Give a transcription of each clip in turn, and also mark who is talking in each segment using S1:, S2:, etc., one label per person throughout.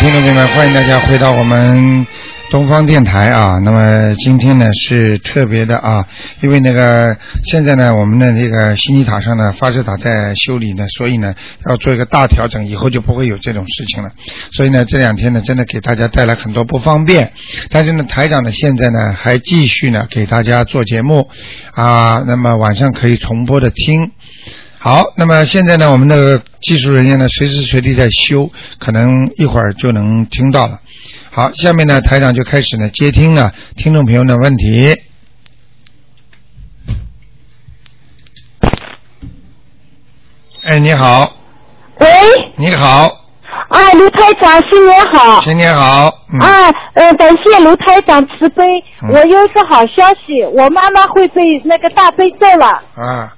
S1: 听众朋友们，欢迎大家回到我们东方电台啊。那么今天呢是特别的啊，因为那个现在呢我们的这个悉尼塔上呢发射塔在修理呢，所以呢要做一个大调整，以后就不会有这种事情了。所以呢这两天呢真的给大家带来很多不方便，但是呢台长呢现在呢还继续呢给大家做节目啊，那么晚上可以重播的听。好，那么现在呢，我们的技术人员呢，随时随地在修，可能一会儿就能听到了。好，下面呢，台长就开始呢接听了听众朋友的问题。哎，你好，
S2: 喂，
S1: 你好，
S2: 啊，卢台长，新年好！
S1: 新年好，嗯，
S2: 啊，呃，感谢卢台长慈悲，
S1: 嗯
S2: 我有一个好消息，我妈妈会被那个大悲咒了，
S1: 啊，啊，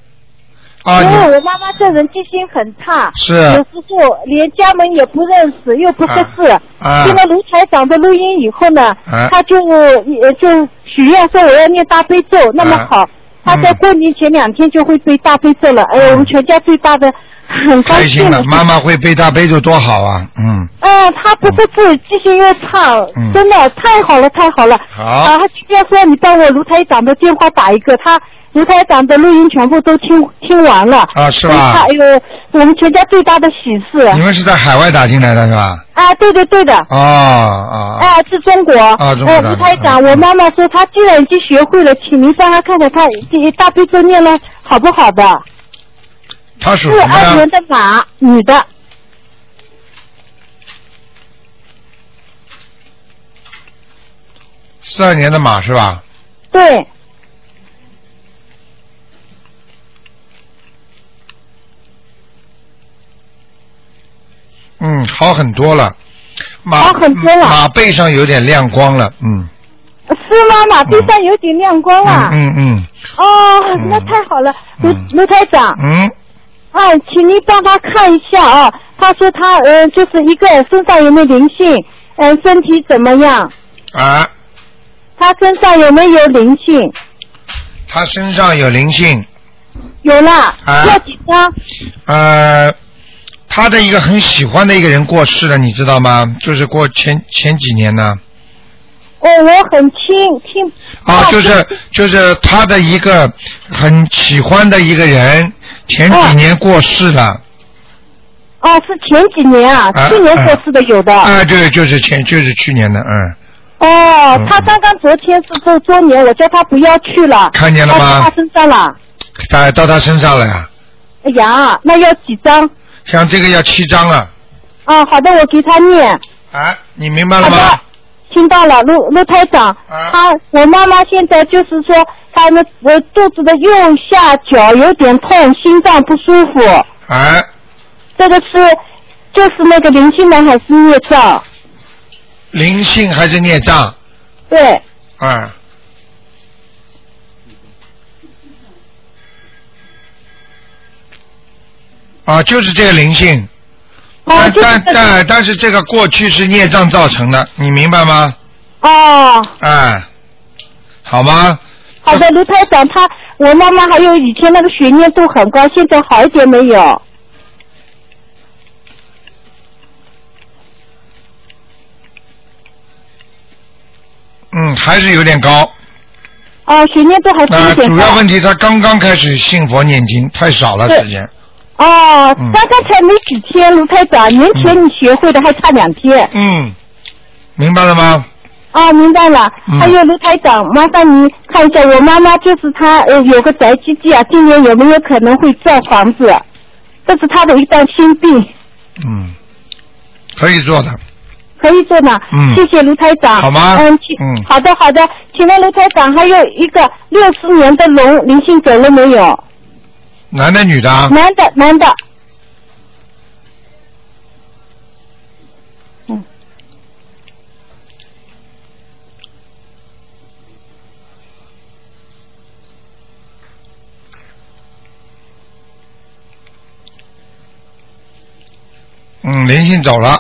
S3: 哦
S2: 因
S1: 你
S2: 为我妈妈这人记性很差，
S1: 是
S2: 有时候连家门也不认识，又不识字。
S1: 啊
S2: 听了卢台长的录音以后呢，
S1: 啊
S2: 她就呃就许愿说我要念大悲咒，那么
S1: 啊
S2: 好，她在
S1: 嗯
S2: 过年前两天就会背大悲咒了，哎呀，我们全家最大的很高
S1: 开
S2: 兴
S1: 心了，
S2: 是
S1: 妈妈会背大悲咒多好啊，嗯，
S2: 嗯，他不是自己记性又差，
S1: 嗯
S2: 真的太好了，太好了。
S1: 好
S2: 啊，他今天说你帮我卢台长的电话打一个，他卢台长的录音全部都听听完了。
S1: 啊，是
S2: 他
S1: 吧
S2: 哎？呦，我们全家最大的喜事。
S1: 你们是在海外打进来的是吧？
S2: 啊，对的对的。
S1: 哦，哦，哦
S2: 啊，是中国。
S1: 啊中国打
S2: 呃卢
S1: 的
S2: 台长，
S1: 嗯
S2: 我妈妈说她既然已经学会了，请您帮她看看她这些大悲咒念了好不好的？
S1: 他属
S2: 是
S1: 什
S2: 二
S1: 么
S2: 年
S1: 呢？
S2: 的马，女的。
S1: 四二年的马是吧？
S2: 对，
S1: 嗯，好很多了。马
S2: 好很多了
S1: 马背上有点亮光了，嗯，
S2: 是吗？马背上有点亮光啊。
S1: 嗯嗯
S2: 哦
S1: 嗯，
S2: 那太好了，卢
S1: 嗯
S2: 卢台长，
S1: 嗯
S2: 啊，请您帮他看一下啊。他说他呃，就是一个身上有没有灵性，嗯、呃，身体怎么样？
S1: 嗯啊，
S2: 他身上有没有灵性？
S1: 他身上有灵性，
S2: 有啦，
S1: 啊
S2: 要几张？
S1: 呃，他的一个很喜欢的一个人过世了，你知道吗？就是过前前几年呢，
S2: 哦，
S4: 哎
S2: 我很轻，听
S1: 啊，
S2: 哦
S1: 就是就是他的一个很喜欢的一个人，前几年过世了，
S2: 哦，是前几年啊，
S1: 啊
S2: 去年过世的有的。
S1: 啊，对，就是前就是去年的，嗯，
S2: 哦
S1: 嗯，
S2: 他刚刚昨天是周周年，我叫他不要去了。
S1: 看见了
S2: 他
S1: 吗
S2: 去他身上了。
S1: 打到他身上了呀，
S2: 哎呀，那要几张？
S1: 像这个要七张啊，
S2: 啊，好的，我给他念。
S1: 啊，你明白了吗？
S2: 好的听到了，陆陆台长，
S1: 啊
S2: 她我妈妈现在就是说，她那呃肚子的右下角有点痛，心脏不舒服，啊
S1: 哎，
S2: 这个是就是那个灵性呢还是孽障？
S1: 灵性还是孽障？
S2: 对，
S1: 啊，啊，就是这个灵性，
S2: 哦，
S1: 但
S2: 就是
S1: 但
S2: 这个
S1: 但但是这个过去是孽障造成的，你明白吗？
S2: 哦，
S1: 哎，好吗？
S2: 好
S1: 嗯
S2: 的，卢台长，她我妈妈还有以前那个血粘度很高，现在好一点没有？哦
S1: 嗯，还是有点高。
S2: 哦，血粘度还是
S1: 那、
S2: 有点
S1: 主
S2: 高
S1: 要。问题，他刚刚开始信佛念经，太少了
S2: 对
S1: 时间。
S2: 哦，
S1: 嗯
S2: 刚刚才没几天，卢台长，年前你学会的还差两天。
S1: 嗯，明白了吗？
S2: 哦，明白了。
S1: 嗯
S2: 还有卢台长，麻烦您看一下，我妈妈就是她呃有个宅基地啊，今年有没有可能会造房子？这是她的一段心病，
S1: 嗯，可以做的。
S2: 可以做呢。
S1: 嗯
S2: 谢谢卢台长。
S1: 好吗
S2: 嗯，请
S1: 嗯
S2: 好的好的，请问卢台长，还有一个六四年的龙灵性走了没有？
S1: 男的女的啊？
S2: 男的男的。嗯，
S1: 嗯，灵性走了，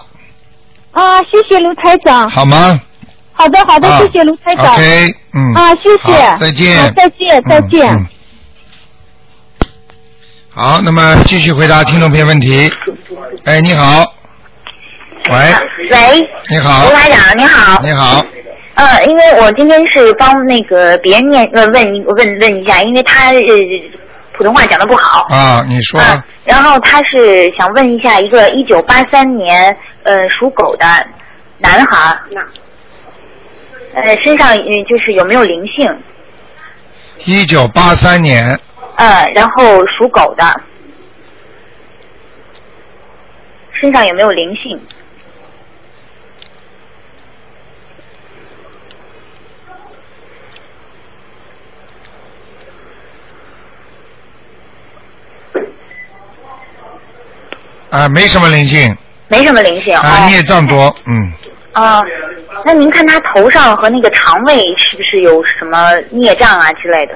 S2: 啊，谢谢卢台长。
S1: 好吗？
S2: 好的，好的，
S1: 啊
S2: 谢谢卢台长。
S1: OK，嗯。
S2: 啊，谢谢
S1: 好，再见
S2: 好再见，再见。
S1: 嗯嗯好，那么继续回答听众朋友问题。哎，你好，喂，
S5: 喂，
S1: 你好
S5: 卢，台长，你好。
S1: 你好，
S5: 呃，因为我今天是帮那个别人念，呃，问一问问一下，因为他呃普通话讲的不好。
S1: 啊，你说，
S5: 嗯然后他是想问一下一个一九八三年呃属狗的男孩儿，呃身上嗯就是有没有灵性？
S1: 一九八三年，
S5: 呃，然后属狗的，身上有没有灵性？
S1: 啊，没什么灵性，
S5: 没什么灵性
S1: 啊，
S5: 哦
S1: 孽障多，嗯，
S5: 啊、那您看他头上和那个肠胃是不是有什么孽障啊之类的？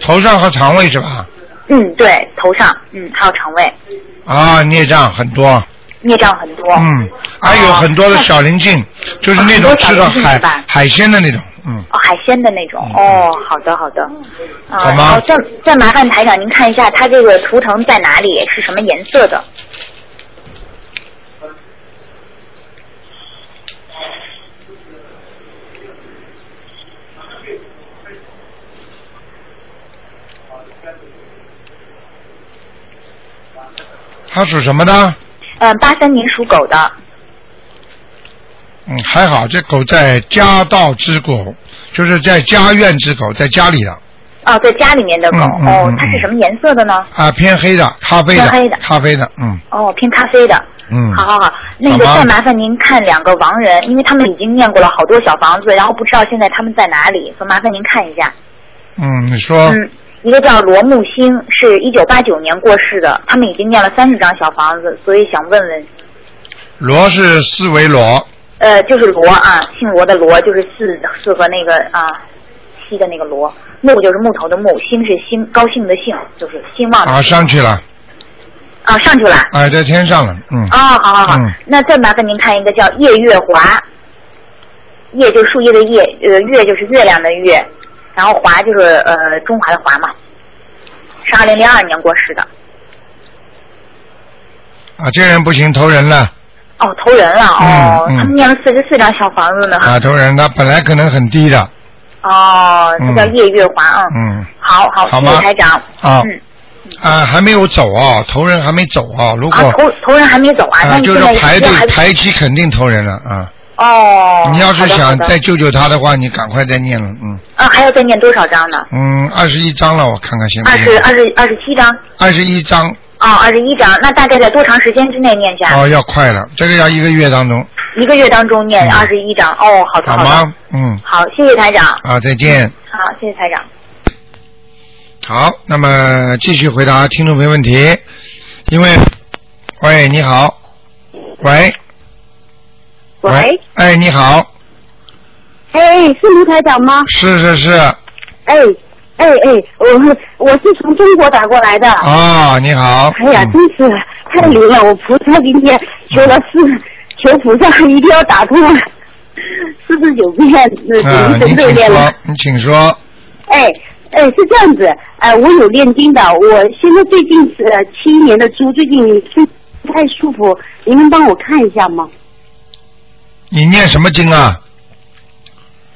S1: 头上和肠胃是吧？
S5: 嗯，对，头上，嗯，还有肠胃，
S1: 啊，孽障很多，
S5: 孽障很多。
S1: 嗯，还有很多的小灵性，就是那种
S5: 啊哦很多小
S1: 吃的
S5: 灵性
S1: 海
S5: 是吧
S1: 海鲜的那种，嗯，
S5: 哦，海鲜的那种。哦，好的，好的。啊、
S1: 好吗
S5: 然后再再麻烦台长您看一下他这个图腾在哪里，是什么颜色的？
S1: 它属什么的？
S5: 嗯、八三年属狗的。
S1: 嗯，还好，这狗在家道之狗，就是在家院之狗，在家里的
S5: 哦，在家里面的狗。
S1: 嗯嗯
S5: 哦
S1: 嗯，
S5: 它
S1: 嗯
S5: 是什么颜色的呢？
S1: 啊，偏黑的，咖啡的，
S5: 偏黑的
S1: 咖啡的，嗯
S5: 哦，偏咖啡的。
S1: 嗯，
S5: 好好好，那个
S1: 好吧
S5: 再麻烦您看两个亡人，因为他们已经念过了好多小房子，然后不知道现在他们在哪里，所以麻烦您看一下。
S1: 嗯，你说，
S5: 嗯，一个叫罗木星，是一九八九年过世的，他们已经念了三十张小房子，所以想问问，
S1: 罗是四维罗，
S5: 呃，就是罗啊，姓罗的罗，就是四四和那个啊西的那个罗，木就是木头的木，兴是兴高兴的兴，就是兴旺的
S1: 啊，上去了，
S5: 啊上去了。
S1: 啊，在天上了，嗯，
S5: 哦，好好好，
S1: 嗯
S5: 那再麻烦您看一个叫叶月华，叶就是树叶的叶，呃，月就是月亮的月，然后华就是呃中华的华嘛，是二零零二年过世的。
S1: 啊，这人不行，投人了，
S5: 哦，投人了哦，
S1: 嗯嗯
S5: 他们念了四十四张小房子呢。
S1: 啊，投人，他本来可能很低的，
S5: 哦，这叫叶月华啊。
S1: 嗯，
S5: 好好，
S1: 好
S5: 谢
S1: 吗
S5: 谢台长。
S1: 啊
S5: 嗯，
S1: 啊，还没有走啊，投人还没走啊，如
S5: 啊，
S1: 果
S5: 投投人还没走啊？那
S1: 啊，
S5: 你
S1: 就是
S5: 现在
S1: 排
S5: 要还
S1: 队排期肯定投人了啊，
S5: 哦。
S1: 你要
S5: 好
S1: 是
S5: 的
S1: 想
S5: 好的
S1: 再救救他的话，你赶快再念了，嗯
S5: 啊，还要再念多少张呢？
S1: 嗯，二十一章了，我看看行不
S5: 二
S1: 行
S5: 十？二十二十七张。
S1: 嗯二十一章
S5: 哦，二十一张，那大概在多长时间之内念下？
S1: 哦，要快了，这个要一个月当中，
S5: 一个月当中念
S1: 嗯
S5: 二十一张。哦，好的
S1: 好
S5: 的。
S1: 吗？嗯，
S5: 好，谢谢台长。
S1: 啊，再见。
S5: 好，谢谢台长。
S1: 好，那么继续回答听众朋友问题。因为，喂，你好，喂，
S4: 喂，，
S1: 哎，你好，
S4: 哎，是卢台长吗？
S1: 是是是，
S4: 哎，哎哎，我我是从中国打过来的。
S1: 啊，你好，
S4: 哎呀，
S1: 嗯
S4: 真是太灵了！我菩萨今天求了四，求菩萨一定要打通啊四十九遍，呃
S1: 啊，
S4: 准
S1: 您
S4: 备
S1: 请
S4: 六遍了
S1: 说。，你请说，
S4: 哎哎，是这样子，哎、我有念经的，我现在最近呃七一年的猪最近不太舒服，您能帮我看一下吗？
S1: 你念什么经啊？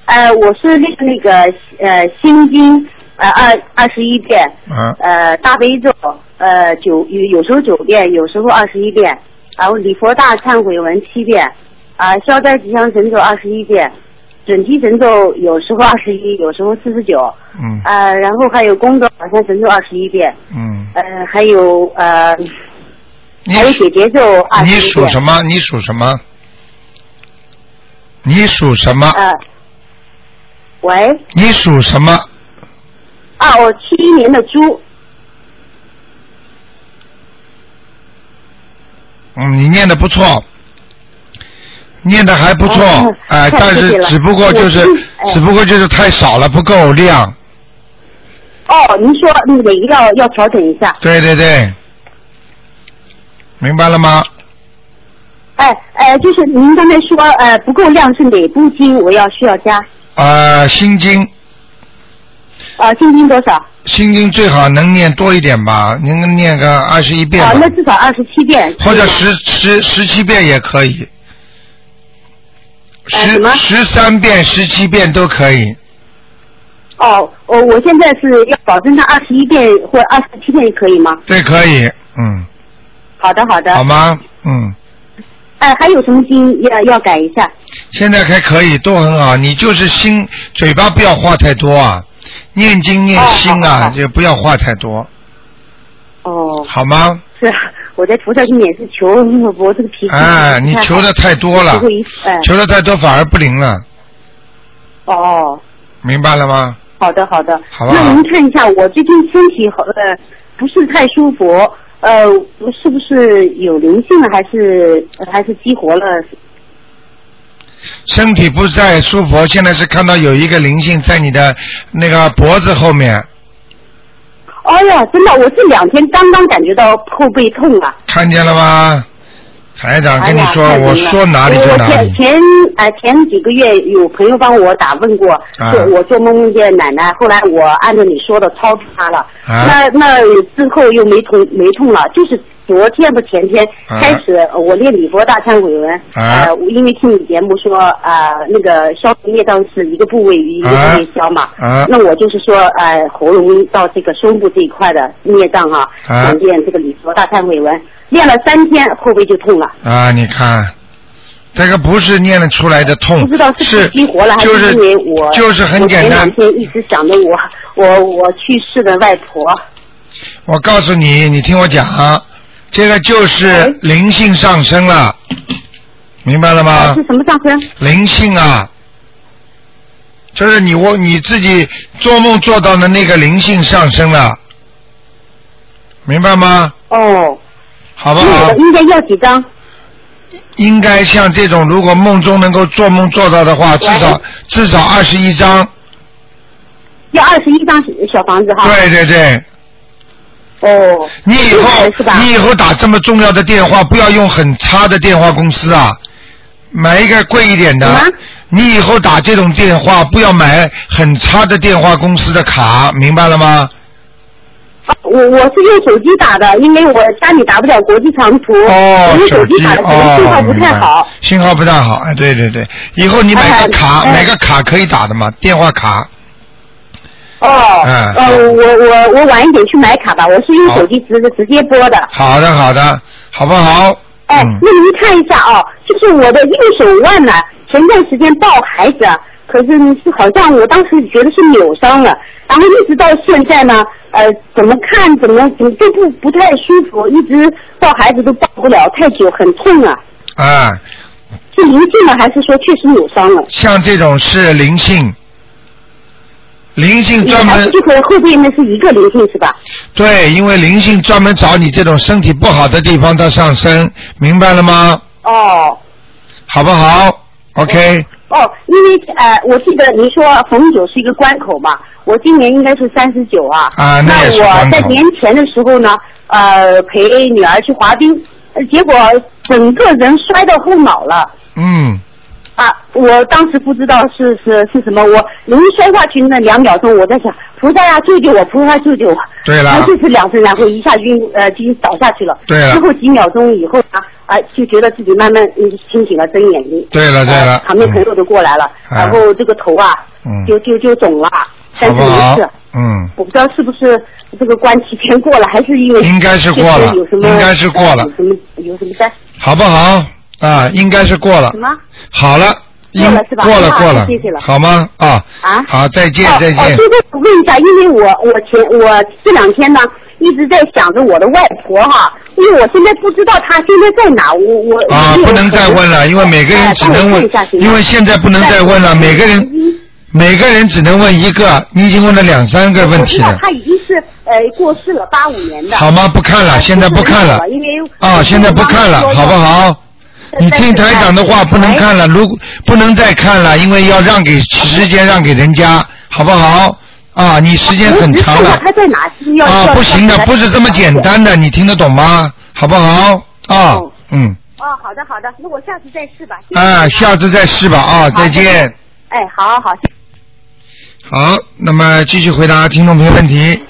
S4: 呃，我是那个那个呃心经呃二二十一遍，
S1: 啊，
S4: 呃，大悲咒，呃，九有有时候九遍，有时候二十一遍，然后礼佛大忏悔文七遍，啊、消灾吉祥神咒二十一遍，准提神咒有时候二十一，有时候四十九，
S1: 嗯
S4: 呃，然后还有功德宝山神咒二十一遍，
S1: 嗯，
S4: 呃，还有呃，
S1: 你
S4: 还有解结咒
S5: 啊
S4: 二
S1: 你
S4: 十一
S1: 属什
S4: 遍，
S1: 么？你属什么？你属什么？
S5: 啊
S4: 呃，喂，
S1: 你属什么？
S4: 啊，我七一年的猪，
S1: 嗯，你念的不错，念的还不错，哎、
S4: 哦太
S1: 但
S4: 谢
S1: 是
S4: 谢了
S1: 只不过就是
S4: 我听，哎
S1: 只不过就是太少了，不够量。
S4: 哦，您说那个要要调整一下，
S1: 对对对，明白了吗？
S4: 哎呃，就是您刚才说呃不够量是哪部经我要需要加？
S1: 呃，心经
S4: 啊，心经多少？
S1: 心经最好能念多一点吧，能念个二十一遍
S4: 啊，
S1: 吧
S4: 那至少二十七遍。
S1: 或者十十十七遍也可以，
S4: 呃什
S1: 十
S4: 么
S1: 十三遍、十七遍都可以。
S4: 哦，我我现在是要保证他二十一遍或二十七遍，可以吗？
S1: 对，可以，嗯，
S4: 好的，好的。
S1: 好吗？嗯，
S4: 哎，还有什么经要要改一下？
S1: 现在还可以，都很好。你就是心嘴巴不要话太多啊，念经念心
S4: 哦好
S1: 啊，
S4: 好好
S1: 就不要话太多，
S4: 哦，
S1: 好吗？
S4: 是我在菩萨面前也是求，我这个脾气。
S1: 哎，你求的太多了
S4: 不，会一哎，
S1: 求的太多反而不灵了，
S4: 哦，
S1: 明白了吗？
S4: 好的好的，
S1: 好不好
S4: 那您看一下，我最近身体好呃不是太舒服，呃，我是不是有灵性了，还是呃还是激活了？
S1: 身体不再舒服，现在是看到有一个灵性在你的那个脖子后面，
S4: 哎呀，真的，我这两天刚刚感觉到后背痛啊了。
S1: 看见了吗？台长跟你说，
S4: 哎呀
S1: 我说哪里就
S4: 我
S1: 哪
S4: 前
S1: 里。
S4: 前呃前几个月有朋友帮我打问过，
S1: 啊
S4: 说我做梦梦见奶奶，后来我按照你说的超度她了，
S1: 啊
S4: 那那之后又没痛没痛了，就是昨天不前天、
S1: 啊
S4: 开始呃我练李佛大忏悔文，
S1: 啊
S4: 呃，因为听你节目说呃那个消除孽障是一个部位与一个
S1: 啊
S4: 部位消嘛，
S1: 啊
S4: 那我就是说呃喉咙到这个胸部这一块的孽障哈、
S1: 啊
S4: 想练这个李佛大忏悔文，练了三天后背就痛了。
S1: 啊，你看，这个不是念得出来的痛，
S4: 不知道
S1: 是
S4: 是激活了，
S1: 就
S4: 还
S1: 是
S4: 因为我
S1: 就是很简单
S4: 我前。两天一直想着我我我去世的外婆，
S1: 我告诉你，你听我讲，这个
S4: 哎
S1: 就是灵性上升了，明白了吗？
S4: 啊是什么上身？
S1: 灵性啊，就是你我你自己做梦做到的那个灵性上升了，明白吗？
S4: 哦，
S1: 好不
S4: 那
S1: 好
S4: 我？应该要几张？
S1: 应该像这种，如果梦中能够做梦做到的话，至少
S4: 喂
S1: 至少二十一张。
S4: 要二十一张小房子哈。。
S1: 对对对，
S4: 哦。
S1: 你以
S4: 是
S1: 后
S4: 吧？
S1: 你以后打这么重要的电话，不要用很差的电话公司啊，买一个贵一点
S4: 什
S1: 的
S4: 么。
S1: 你以后打这种电话，不要买很差的电话公司的卡，明白了吗？
S4: 啊我我是用手机打的，因为我家里打不了国际长途，
S1: 哦
S4: 我，用手
S1: 手
S4: 机打的，可能
S1: 哦，
S4: 信号不太好。
S1: 明白信号不太好，哎，对对对，以后你买个卡，
S4: 哎哎
S1: 买个卡可以打的嘛，电话卡。
S4: 哦，
S1: 嗯
S4: 呃，我我我晚一点去买卡吧，我是用
S1: 好
S4: 手机直直接拨的。
S1: 好的，好的，好不好？
S4: 哎，
S1: 嗯
S4: 那您看一下啊，就是我的右手腕呢，前段时间抱孩子，可是是好像我当时觉得是扭伤了，然后一直到现在呢，呃，怎么看怎么怎么都不不太舒服，一直抱孩子都抱不了太久，很痛啊，
S1: 啊，
S4: 是灵性了还是说确实扭伤了？
S1: 像这种是灵性，灵性专
S4: 还是
S1: 门
S4: 就和后边那是一个灵性是吧？
S1: 对，因为灵性专门找你这种身体不好的地方它上升，明白了吗？
S4: 哦。
S1: 好不好？OK，
S4: 哦，因为呃，我记得您说逢九是一个关口嘛，我今年应该是三十九啊。
S1: 啊那
S4: 那
S1: 也是关口
S4: 我在年前的时候呢，呃，陪女儿去滑冰，呃结果整个人摔到后脑了。
S1: 嗯，
S4: 啊！我当时不知道是是是什么，我人摔下去那两秒钟，我在想菩萨呀、救救我，菩萨救救我。
S1: 对了
S4: 然后就是两声，然后一下晕呃就倒下去了。
S1: 对了
S4: 之后几秒钟以后啊啊，就觉得自己慢慢嗯清醒了，睁眼睛。
S1: 对了对
S4: 呃
S1: 了，
S4: 旁边朋友都过来了，
S1: 嗯
S4: 然后这个头啊，
S1: 嗯
S4: 就就就肿了，
S1: 嗯，
S4: 但
S1: 好
S4: 是
S1: 不
S4: 没
S1: 好
S4: 事。？
S1: 嗯。
S4: 我不知道是不是这个关期前过了，还是因为
S1: 应该是过了
S4: 就是有什么
S1: 应该是过了
S4: 有什么有什么在
S1: 好不好？啊，应该是过了
S4: 什。么
S1: 好了，
S4: 过了是吧
S1: 过了，
S4: 啊
S1: 过了，
S4: 谢谢了
S1: 好吗？啊，
S4: 啊？
S1: 好，再见，
S4: 哦
S1: 再
S4: 哦，
S1: 见
S4: 最。后我问一下，因为我我前我这两天呢一直在想着我的外婆哈，因为我现在不知道她现在在哪，我我
S1: 啊，
S4: 因为我
S1: 不能再问了，因为每个人
S4: 哎
S1: 只能
S4: 帮我
S1: 问
S4: 一下，行吗嗯
S1: 因为现在不能再问了，每个人每个人只能问一个，你已经问了两三个问
S4: 我
S1: 题
S4: 知道
S1: 了，
S4: 她已经是呃过世了，哎八五年的。
S1: 好吗？不看了，现在不看了，
S4: 因为
S1: 啊，现在不看了，好不？
S4: 啊
S1: 好？你听台长的话，不能看了，如不能再看了，因为要让给时间让给人家，好不好？啊，你时间很长了。
S4: 他在哪？是不是要
S1: 啊，不行的，不是这么简。单的，你听得懂吗？好不好？啊
S4: 哦，
S1: 嗯，
S4: 哦，好的好的，那我下
S1: 啊
S4: 次再试吧。
S1: 啊，下次再试吧，啊，再见。
S4: 哎，好好好，
S1: 好，那么继续回答听众朋友问题。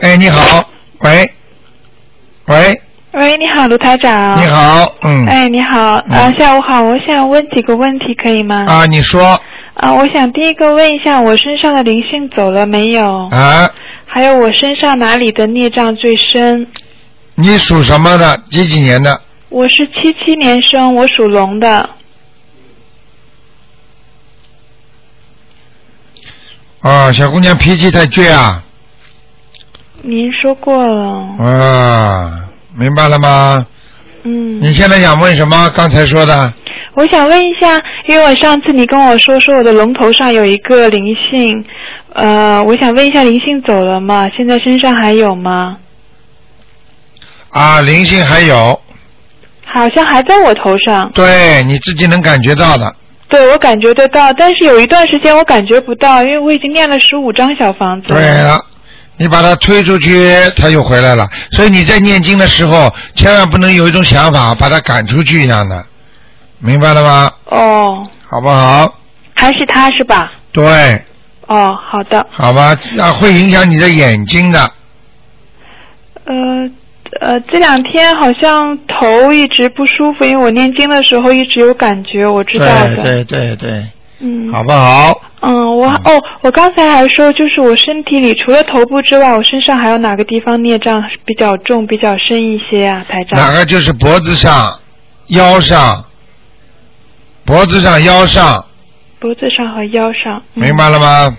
S1: 哎，你好，喂，喂，
S6: 喂，你好，卢台长。
S1: 你。好，嗯，
S6: 哎，你好，
S1: 嗯
S6: 啊，下午好，我想问几个问题，可以吗？
S1: 啊，你说
S6: 啊，我想第一个问一下，我身上的灵性走了没有？
S1: 啊，
S6: 还有我身上哪里的孽障最深？
S1: 你属什么的？几几年的？
S6: 我是七七年生，我属龙的。
S1: 啊，小姑娘脾气太倔啊，
S6: 您说过了，
S1: 啊，明白了吗？你
S6: 嗯，
S1: 现在想问什么？刚才说的
S6: 我想问一下，因为我上次你跟我说说我的龙头上有一个灵性，呃，我想问一下灵性走了吗？现在身上还有吗？
S1: 啊，灵性还有，
S6: 好像还在我头上。
S1: 对你自己能感觉到的，
S6: 对，我感觉得到，但是有一段时间我感觉不到，因为我已经念了十五张小房子。
S1: 对了，你把它推出去，它又回来了。所以你在念经的时候，千万不能有一种想法把它赶出去一样的，明白了吗？
S6: 哦，
S1: 好不好？
S6: 还是他是吧？
S1: 对，
S6: 哦，好的。
S1: 好吧，那会影响你的眼睛的。
S6: 呃呃，这两天好像头一直不舒服，因为我念经的时候一直有感觉，我知道
S1: 对
S6: 的。
S1: 对对对，
S6: 嗯。
S1: 好不好？
S6: 嗯，我哦，我刚才还说，就是我身体里除了头部之外，我身上还有哪个地方孽障是比较重、比较深一些啊，台
S1: 哪
S6: 长？
S1: 个就是脖子上、腰上、脖子上、腰上，
S6: 脖子上和腰上。嗯
S1: 明。白了吗？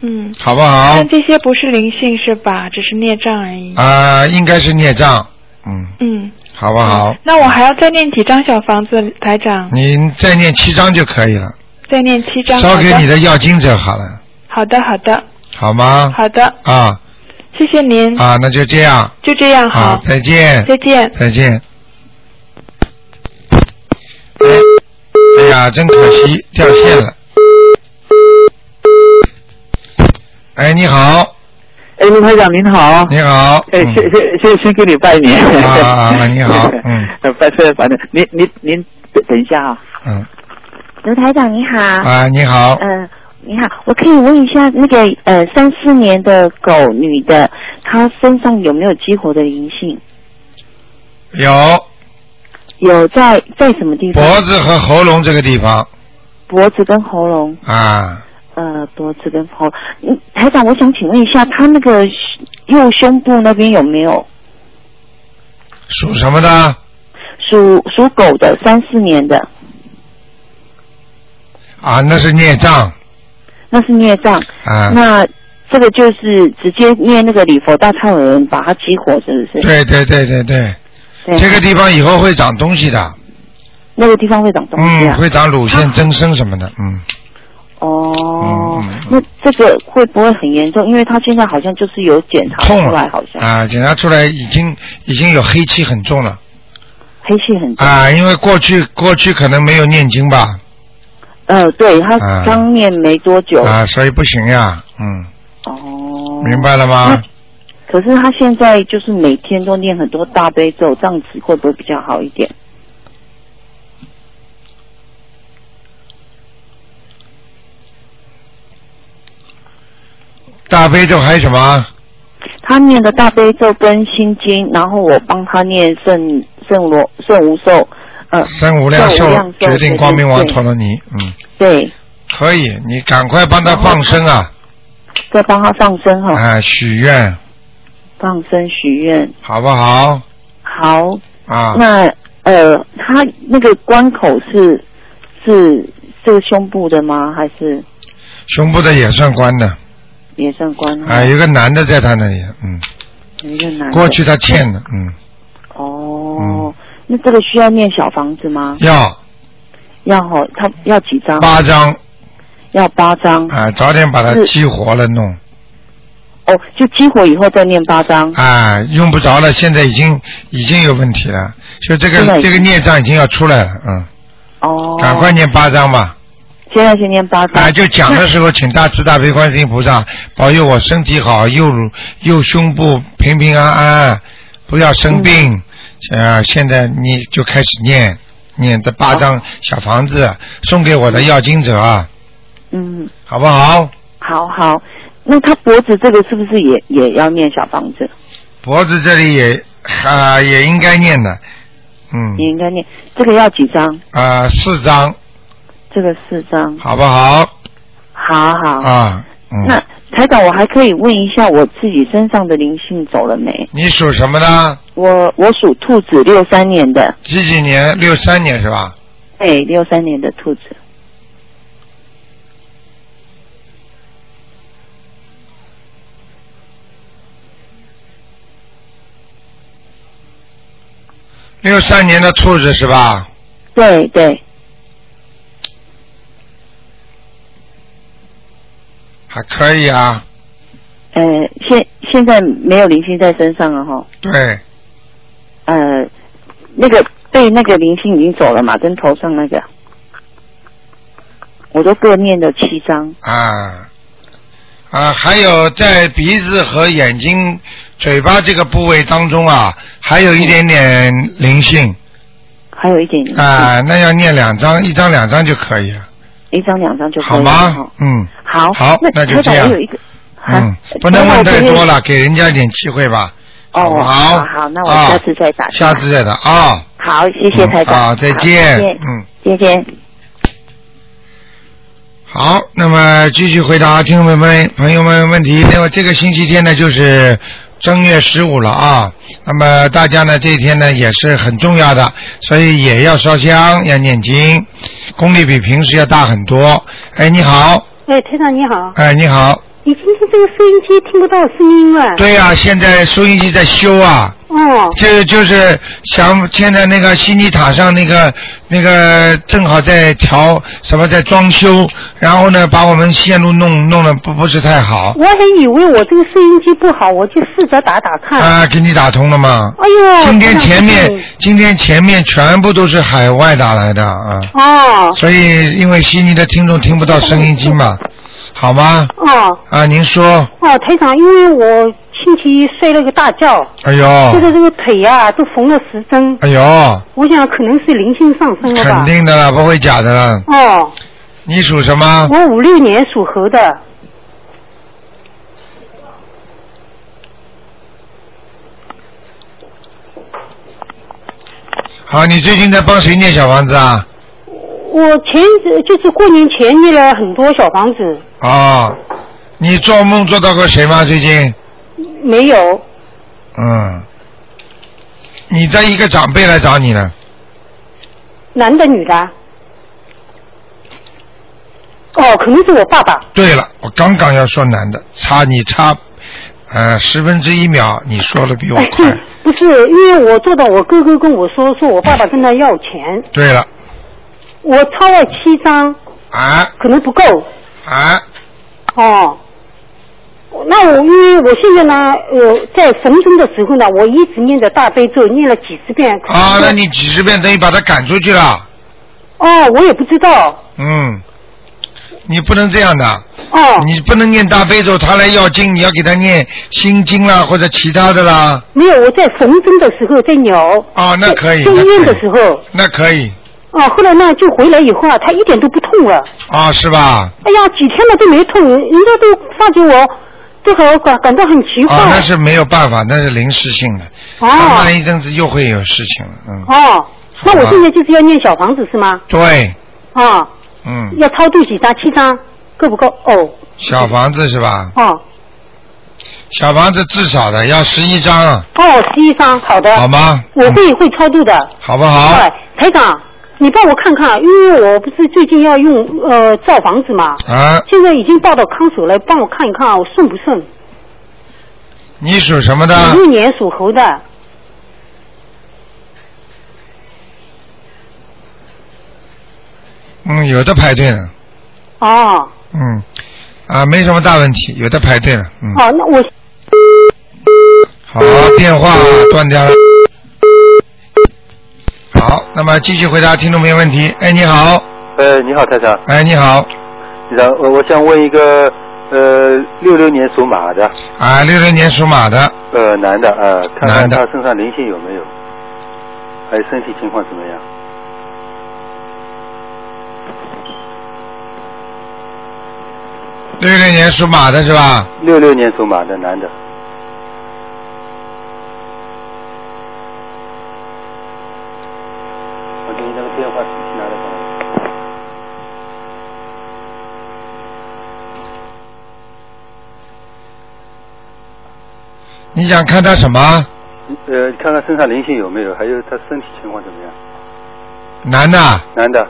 S6: 嗯。
S1: 好不好
S6: 但？这些不是灵性是吧？只是孽障而已。
S1: 啊、应该是孽障，嗯，
S6: 嗯，
S1: 好不好？
S6: 那我还要再念几张小房子，台长？
S1: 你再念七章就可以了。
S6: 再念七张。
S1: 烧
S6: 好
S1: 给你
S6: 的。
S1: 的药精者好了，
S6: 好的，好的，
S1: 好吗？
S6: 好的，
S1: 啊
S6: 谢谢您。
S1: 啊，那就这样，
S6: 就这样
S1: 好哎
S6: 好，，
S1: 再见，
S6: 再见。
S1: 再见。哎，哎呀，真可惜，掉线了。哎，你好，
S7: 哎，卢台长您好。
S1: 你好，
S7: 哎，
S1: 嗯
S7: 先先先先给你拜年。
S1: 啊啊啊 你 好嗯
S7: 呃。拜拜拜年，您您您等等一下啊。
S1: 嗯，
S8: 卢台长你好。
S1: 啊，你好，
S8: 嗯、你好，我可以问一下那个呃三四年的狗女的，她身上有没有激活的灵性？
S1: 有
S8: 有在在什么地方？
S1: 脖子和喉咙这个地方
S8: 脖子跟喉咙，
S1: 啊，
S8: 呃，脖子跟喉。嗯，台长，我想请问一下，她那个右胸部那边有没有
S1: 属什么的？
S8: 属属狗的三四年的？
S1: 啊，那是孽障
S8: 那是孽障。
S1: 啊。
S8: 那这个就是直接念那个礼佛大忏悔文把它激活，是不是？
S1: 对对对对对，
S8: 对
S1: 这个地方以后会长东西的，
S8: 那个地方会长东西
S1: 嗯，
S8: 啊。
S1: 会长乳腺增生什么的，嗯，
S8: 哦
S1: 嗯嗯，
S8: 那这个会不会很严重？因为他现在好像就是有检查
S1: 痛
S8: 出来，
S1: 了
S8: 好像
S1: 啊，检查出来已经已经有黑气很重了
S8: 黑气很重。
S1: 啊，因为过去过去可能没有念经吧，
S8: 呃，对他
S1: 啊
S8: 刚念没多久。
S1: 啊，所以不行呀，嗯，
S8: 哦。
S1: 明。白了吗？
S8: 可是他现在就是每天都念很多大悲咒，这样子会不会比较好一点？
S1: 大悲咒还有什么？
S8: 他念的大悲咒跟心经，然后我帮他念圣圣罗圣无寿，呃，
S1: 身无量寿
S8: 身无量寿
S1: 决定光明王
S8: 对
S1: 陀罗尼，嗯，
S8: 对，
S1: 可以，你赶快帮他放生啊，
S8: 再帮他放生哈、
S1: 啊，许愿
S8: 放生许愿。
S1: 好不好？
S8: 好，
S1: 啊，
S8: 那呃，他那个关口是是这个胸部的吗？还是
S1: 胸部的也算关的，
S8: 也算关口？
S1: 啊，有个男的在他那里，嗯，
S8: 有一个男的
S1: 过去他欠的，嗯，
S8: 嗯哦，那这个需要念小房子吗？
S1: 要
S8: 要哦，他要几张？
S1: 八张
S8: 要八张。
S1: 啊，早点把它
S8: 是
S1: 激活了弄
S8: 哦，就激活以后再念八张。
S1: 啊，用不着了，现在已经已经有问题了，就这
S8: 现在
S1: 个
S8: 已
S1: 这
S8: 经
S1: 个孽障已经要出来了，嗯，
S8: 哦，
S1: 赶快念八张吧，
S8: 现在先念八张。
S1: 啊，就讲的时候请大慈大悲观世音菩萨 保佑我身体好，右乳右胸部平平安安，不要生病，
S8: 嗯
S1: 啊，现在你就开始念。念这八张小房子送给我的要经者，啊
S8: 嗯，
S1: 好不好？
S9: 好好，那他脖子这个是不是也也要念小房子？
S1: 脖子这里也啊、也应该念的，嗯
S9: 也应该念。这个要几张？
S1: 啊、四张，
S9: 这个四张。
S1: 好不好？
S9: 好好。
S1: 啊，
S9: 那
S1: 嗯，
S9: 台长，我还可以问一下我自己身上的灵性走了没？
S1: 你属什么呢？
S9: 我我属兔子，六三年的，
S1: 几几年？六三年是吧？
S9: 哎，六三年的兔子。
S1: 六三年的兔子是吧？
S9: 对对，
S1: 还可以啊，
S9: 呃，现现在没有灵性在身上了哈，
S1: 对，
S9: 呃，那个被那个灵性已经走了嘛，跟头上那个，我都各念了七张，
S1: 啊啊，还有在鼻子和眼睛、嘴巴这个部位当中啊，还有一点点灵性
S9: 还有一点灵性，
S1: 啊，那要念两张，一张两张就可以了，
S9: 一张两张就可
S1: 好
S9: 以了
S1: 吗
S9: 哈？
S1: 嗯
S9: 好，
S1: 好
S9: 那
S1: 那就
S9: 台
S1: 这
S9: 长
S1: 样
S9: 我有一个，啊
S1: 嗯，不能问太多。了，给人家一点机会吧，
S9: 台长
S1: 好不
S9: 我昨天哦，
S1: 好？
S9: 好，那我
S1: 啊
S9: 下次再打。
S1: 下次再打啊。
S9: 好，谢谢
S1: 嗯
S9: 台长。
S1: 好，再见
S9: 好再。见
S1: 嗯。
S9: 再见。
S1: 好，那么继续回答听众朋友们朋友们问题。那么这个星期天呢，就是正月十五了啊。那么大家呢，这一天呢也是很重要的，所以也要烧香，要念经，功力比平时要大很多。哎，你好，
S10: 哎，台长你好，
S1: 哎，你好，
S10: 你今天这个收音机听不到声音啊？
S1: 对呀、现在收音机在修啊，
S10: 哦，
S1: 这就是想现在那个悉尼塔上那个那个正好在调什么在装修，然后呢把我们线路弄弄得不不是太好。
S10: 我还以为我这个收音机不好，我就试着打打看。
S1: 啊，给你打通了吗？
S10: 哎呦，
S1: 今天
S10: 台长
S1: 前
S10: 谢谢
S1: 面
S10: 你
S1: 今天前面全部都是海外打来的啊，
S10: 哦
S1: 所以因为悉尼的听众听不到声音机嘛，好吗？
S10: 哦
S1: 啊，您说，
S10: 哦，台长，因为我星期一睡了个大觉，
S1: 哎
S10: 这个
S1: 呦，
S10: 这个腿啊都缝了十针，
S1: 哎呦，
S10: 我想可能是灵性上升了
S1: 肯
S10: 吧。
S1: 定的了，不会假的了。
S10: 哦，
S1: 你属什么？
S10: 我五六年属猴的，
S1: 好，你最近在帮谁念小房子啊？
S10: 我前就是过年前念了很多小房子，
S1: 哦，你做梦做到过谁吗？最近？
S10: 没有。
S1: 嗯，你的一个长辈来找你了，
S10: 男的女的？哦，可能是我爸爸。
S1: 对了，我刚刚要说男的，差你差，呃，十分之一秒，你说的比我 快。
S10: 哎不是，因为我做到我哥哥跟我说，说我爸爸跟他要钱，
S1: 对了，
S10: 我抄了七张，
S1: 啊
S10: 可能不够。
S1: 啊，
S10: 哦，那我因为我现在呢，呃，在神中的时候呢，我一直念着大悲咒，念了几十遍。
S1: 啊，那你几十遍等于把他赶出去了，
S10: 哦，我也不知道。
S1: 嗯，你不能这样的，
S10: 哦，
S1: 你不能念大悲咒，他来要经，你要给他念心经啦或者其他的啦，
S10: 没有，我在神中的时候在扭。
S1: 哦那
S10: 在
S1: 可以
S10: 在
S1: 那
S10: 医院
S1: 可以
S10: 的时候，
S1: 那可以，
S10: 哦，后来呢，就回来以后啊，他一点都不痛了。
S1: 啊、是吧？
S10: 哎呀，几天了都没痛，人家都发觉我这个感感到很奇怪。
S1: 啊、那是没有办法，那是临时性的，他
S10: 哦
S1: 慢一阵子又会有事情了，嗯，
S10: 哦，那
S1: 好
S10: 我
S1: 吧
S10: 现在就是要念小房子是吗？
S1: 对，
S10: 啊、
S1: 嗯，
S10: 要超度几张？七张够不够？哦
S1: 小房子是吧？
S10: 哦
S1: 小房子至少的要十一张啊，
S10: 哦，十一张，好的，
S1: 好吗？
S10: 我
S1: 嗯
S10: 会会超度的。
S1: 好不好？
S10: 哎，台长，你帮我看看，因为我不是最近要用呃造房子嘛，
S1: 啊，
S10: 现在已经报到康所来，帮我看一看啊，我顺不顺？
S1: 你属什么的？
S10: 五六年属猴的，
S1: 嗯，有的排队了，
S10: 哦
S1: 嗯，啊，没什么大问题，有的排队了，嗯，
S10: 哦，那我
S1: 好，电话断掉了。好，那么继续回答听众朋友问题。哎，你好，
S11: 呃，你好，台长，
S1: 哎，你好，
S11: 然后我想问一个，呃，六六年属马的，
S1: 啊，六六年属马的，
S11: 呃，男的，呃，看
S1: 男
S11: 看
S1: 的
S11: 他身上灵性有没有，还有身体情况怎么样？
S1: 六六年属马的是吧？
S11: 六六年属马的男的，我给你那个电话拿来吧。
S1: 你想看他什么？
S11: 呃，看看身上灵性有没有，还有他身体情况怎么样？
S1: 男的啊，
S11: 男的，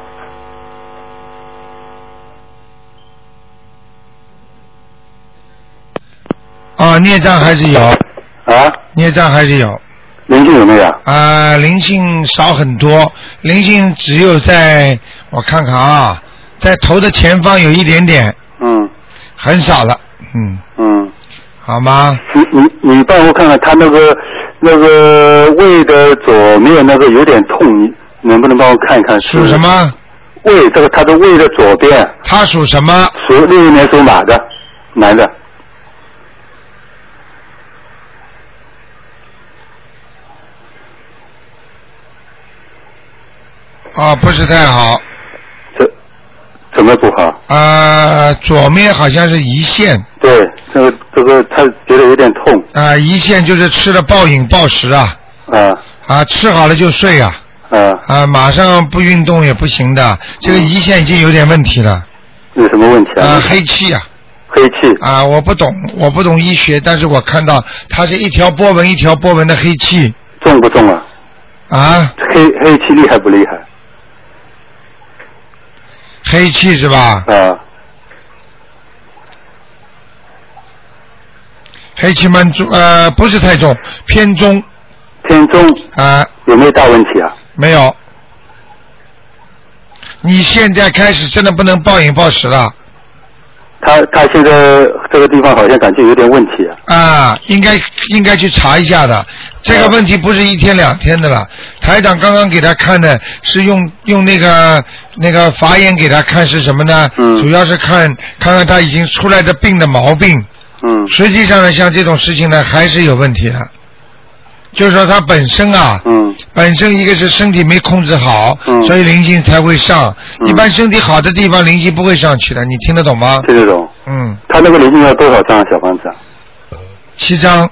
S1: 啊孽障还是有，
S11: 啊，
S1: 孽障还是有。
S11: 灵性有没有？
S1: 啊、灵性少很多，灵性只有在我看看啊，在头的前方有一点点，
S11: 嗯
S1: 很少了，嗯，
S11: 嗯，
S1: 好吗？
S11: 你你你帮我看看他那个那个胃的左面那个有点痛，你能不能帮我看一看？
S1: 属什？么？
S11: 胃，这个他的胃的左边，
S1: 他属什么？
S11: 属六一年属马的，男的，
S1: 啊，不是太好，
S11: 这怎么不好？
S1: 啊，左面好像是胰腺，
S11: 对，这个这个他觉得有点痛
S1: 啊、胰腺就是吃了暴饮暴食啊，
S11: 啊
S1: 啊，吃好了就睡啊，
S11: 啊，
S1: 啊，马上不运动也不行的，这个胰腺已经有点问题了，
S11: 有什么问题
S1: 啊，
S11: 啊？
S1: 黑气啊，
S11: 黑气
S1: 啊，我不懂，我不懂医学，但是我看到它是一条波纹一条波纹的黑气
S11: 重不重啊？
S1: 啊，
S11: 黑黑气厉害不厉害
S1: 黑气是吧？
S11: 啊？
S1: 黑气蛮重，呃，不是太重，偏重
S11: 偏重
S1: 啊，
S11: 有没有大问题啊？
S1: 没有。你现在开始真的不能暴饮暴食了
S11: 他他现在这个地方好像感觉有点问题啊。
S1: 啊，应该应该去查一下的。这个问题不是一天两天的了，台长刚刚给他看的是用用那个那个法眼给他看是什么呢？
S11: 嗯
S1: 主要是看看看他已经出来的病的毛病。
S11: 嗯
S1: 实际上呢，像这种事情呢，还是有问题的。就是说，他本身啊，
S11: 嗯
S1: 本身一个是身体没控制好，
S11: 嗯
S1: 所以灵性才会上。
S11: 嗯
S1: 一般身体好的地方，灵性不会上去的。你听得懂吗？
S11: 就这种。
S1: 嗯，
S11: 他那个灵性要多少张啊小房子啊？
S1: 七张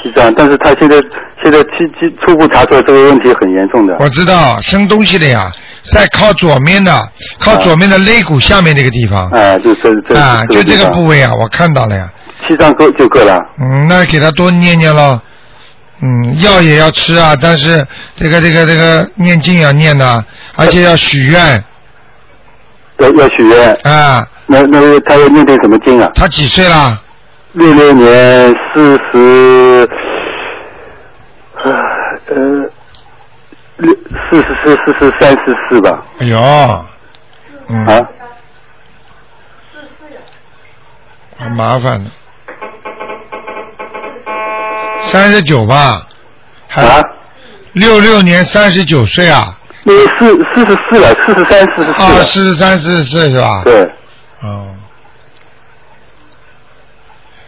S11: 七张，但是他现在现在初初初步查出来这个问题很严重的。
S1: 我知道生东西的呀，在靠左面的，靠左面的肋骨下面那个地方
S11: 哎，就这这
S1: 啊，就这
S11: 地
S1: 个
S11: 方
S1: 部位啊，我看到了呀。
S11: 七张够就够了。
S1: 嗯，那给他多念念咯。嗯，药也要吃啊，但是这个这个这个念经要念的、而且要许愿
S11: 要要许愿，
S1: 啊。
S11: 那那他要念点什么经啊？
S1: 他几岁啦？
S11: 六六年四十，呃，六四十四四十三十四吧？
S1: 哎呦，嗯，
S11: 啊，
S1: 很麻烦的。三十九吧？还
S11: 啊，
S1: 六六年三十九岁啊？
S11: 那四四十四了，四十三四十四
S1: 啊，
S11: 了。
S1: 四十三、四十四是吧？。
S11: 对，
S1: 哦。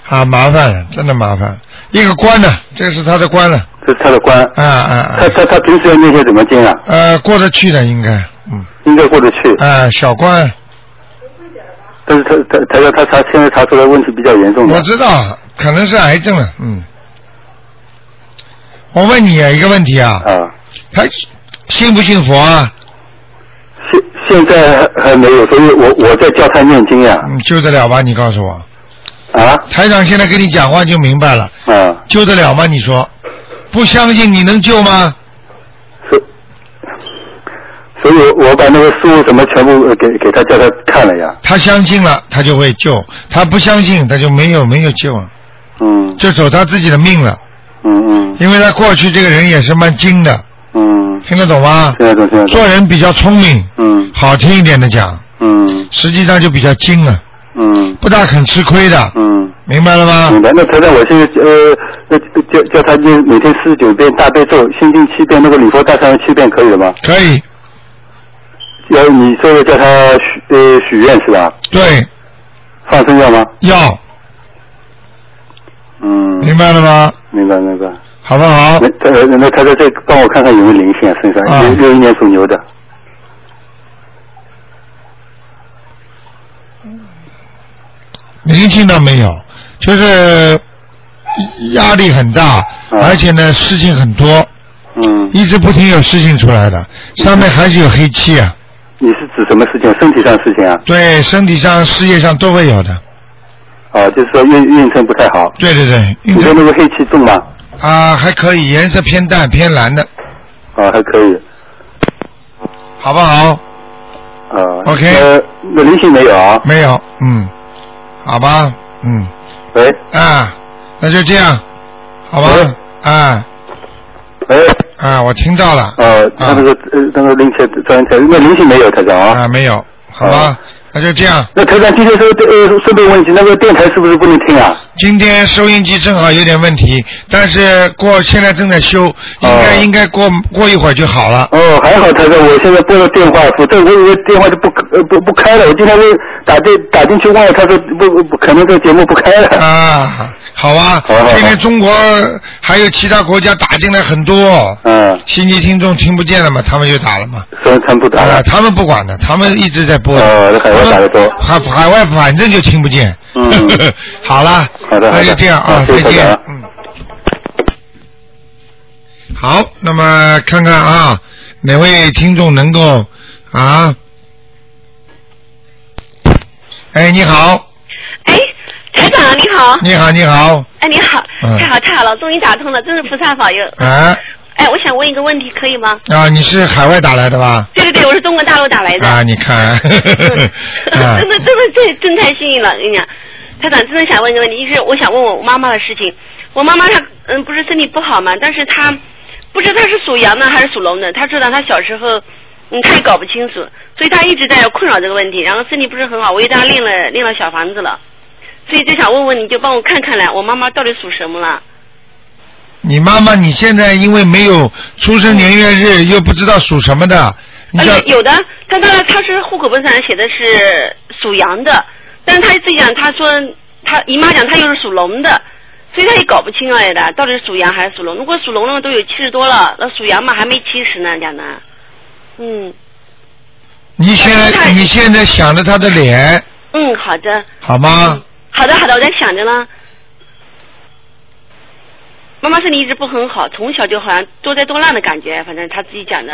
S1: 啊，麻烦了，真的麻烦。一个官呢，这是他的官了。
S11: 这是他的官。
S1: 啊啊
S11: 他
S1: 啊！
S11: 他他平时要念些什么经啊？
S1: 呃，过得去的应该，嗯，
S11: 应该过得去，
S1: 啊，小官，
S11: 但是他他他要他查现在查出来问题比较严重
S1: 我
S11: 的。
S1: 知道，可能是癌症了，嗯。我问你啊一个问题啊，
S11: 啊，
S1: 他信不信佛啊？
S11: 现现在还还没有，所以我我在教他念经呀、
S1: 嗯，救得了吧？你告诉我，
S11: 啊。
S1: 台长现在跟你讲话就明白了，
S11: 啊，
S1: 救得了吗？你说，不相信你能救吗？
S11: 所所以我，我把那个书什么全部呃给给他叫他看了呀。
S1: 他相信了，他就会救；他不相信，他就没有没有救了，
S11: 嗯
S1: 就走他自己的命了。
S11: 嗯嗯
S1: 因为他过去这个人也是蛮精的，
S11: 嗯，
S1: 听得懂吗？
S11: 听得懂听得
S1: 做
S11: 懂。
S1: 人比较聪明，
S11: 嗯
S1: 好听一点的讲，
S11: 嗯
S1: 实际上就比较精啊，
S11: 嗯
S1: 不大肯吃亏的，
S11: 嗯，
S1: 明白了吗？
S11: 明白。那台长，我现在呃，那叫叫他念每天四十九遍大悲咒，心经七遍，那个礼佛大忏悔七遍，可以了吗？
S1: 可以，
S11: 要你说的叫他许呃许愿是吧？
S1: 对，
S11: 放生要吗？
S1: 要
S11: 嗯，
S1: 明白了吗？
S11: 明白明白。
S1: 好不好
S11: 那？他呃那他在这帮我看看有没有灵性啊身上，
S1: 啊
S11: 六六一年属牛的，
S1: 灵性倒没有，就是压力很大，而且呢事情很多，
S11: 嗯，
S1: 一直不停有事情出来的，上面还是有黑气啊，
S11: 你是指什么事情？身体上事情啊？
S1: 对，身体上、事业上都会有的。
S11: 啊，就是说运运程不太好。
S1: 对对对，
S11: 你说那个黑气重吗？
S1: 啊，还可以，颜色偏淡偏蓝的，
S11: 啊，还可以。
S1: 好不好？
S11: 啊。
S1: OK
S11: 呃，那灵性没有啊？
S1: 没有，嗯，好吧，嗯，
S11: 喂，
S1: 啊，那就这样，好吧，啊
S11: 喂，
S1: 啊，我听到了，
S11: 呃，他那个呃那个灵气专员台，那灵性没有台长啊？
S1: 啊，没有，好吧，那就这样。
S11: 那台长今天是不是呃顺便问一句，那个电台是不是不能听啊？
S1: 今天收音机正好有点问题，但是过现在正在修，应该、
S11: 啊
S1: 应该过过一会儿就好了。
S11: 哦，还好台长，我现在拨了电话，否则我以为电话就不呃不不开了。我今天问打电打进去问了，他说不不不可能这个节目不开了。
S1: 啊，好吧
S11: 好好，好
S1: 现在中国还有其他国家打进来很多，
S11: 嗯，
S1: 新级听众听不见了嘛，他们就打了嘛。
S11: 所以他们不打了。
S1: 啊，他们不管的，他们一直在播的。
S11: 哦，那海外打的多。
S1: 海海外反正就听不见。
S11: 嗯
S1: 好了，
S11: 好的，好
S1: 那
S11: 的。
S1: 就这样啊，
S11: 谢
S1: 再
S11: 谢台
S1: 见
S11: 长。。
S1: 嗯。好，那么看看啊，哪位听众能够啊？哎，你好，
S12: 哎，台长你好，
S1: 你好，你好，
S12: 哎你好，
S1: 嗯
S12: 太好太好了，终于打通了，真是菩萨保佑。
S1: 啊
S12: 哎，我想问一个问题，可以吗？
S1: 啊，你是海外打来的吧？
S12: 对对对，我是中国大陆打来的，
S1: 啊，你 看，啊
S12: 真的真的这真太幸运了，我跟你讲，台长真的想问一个问题，就是我想问我妈妈的事情。我妈妈她嗯不是身体不好嘛，但是她不知道她是属羊的还是属龙的，她知道她小时候嗯她也搞不清楚，所以她一直在困扰这个问题，然后身体不是很好，我也给她练了练了小房子了，所以就想问问你就帮我看看来，我妈妈到底属什么了。
S1: 你妈妈，你现在因为没有出生年月日，又不知道属什么的，你
S12: 而
S1: 叫
S12: 且呃有的，他当然他是户口本上写的是属羊的，但是他自己讲，他说他姨妈讲他又是属龙的，所以他也搞不清哎的，到底是属羊还是属龙。如果属龙的都有七十多了，那属羊嘛还没七十呢，讲的。嗯
S1: 你现
S12: 哎
S1: 在你现在想着她的脸，
S12: 嗯，好的，
S1: 好吗？
S12: 好的，好的，我在想着呢。妈妈身体一直不很好，从小就好像多灾多难的感觉，反正他自己讲的。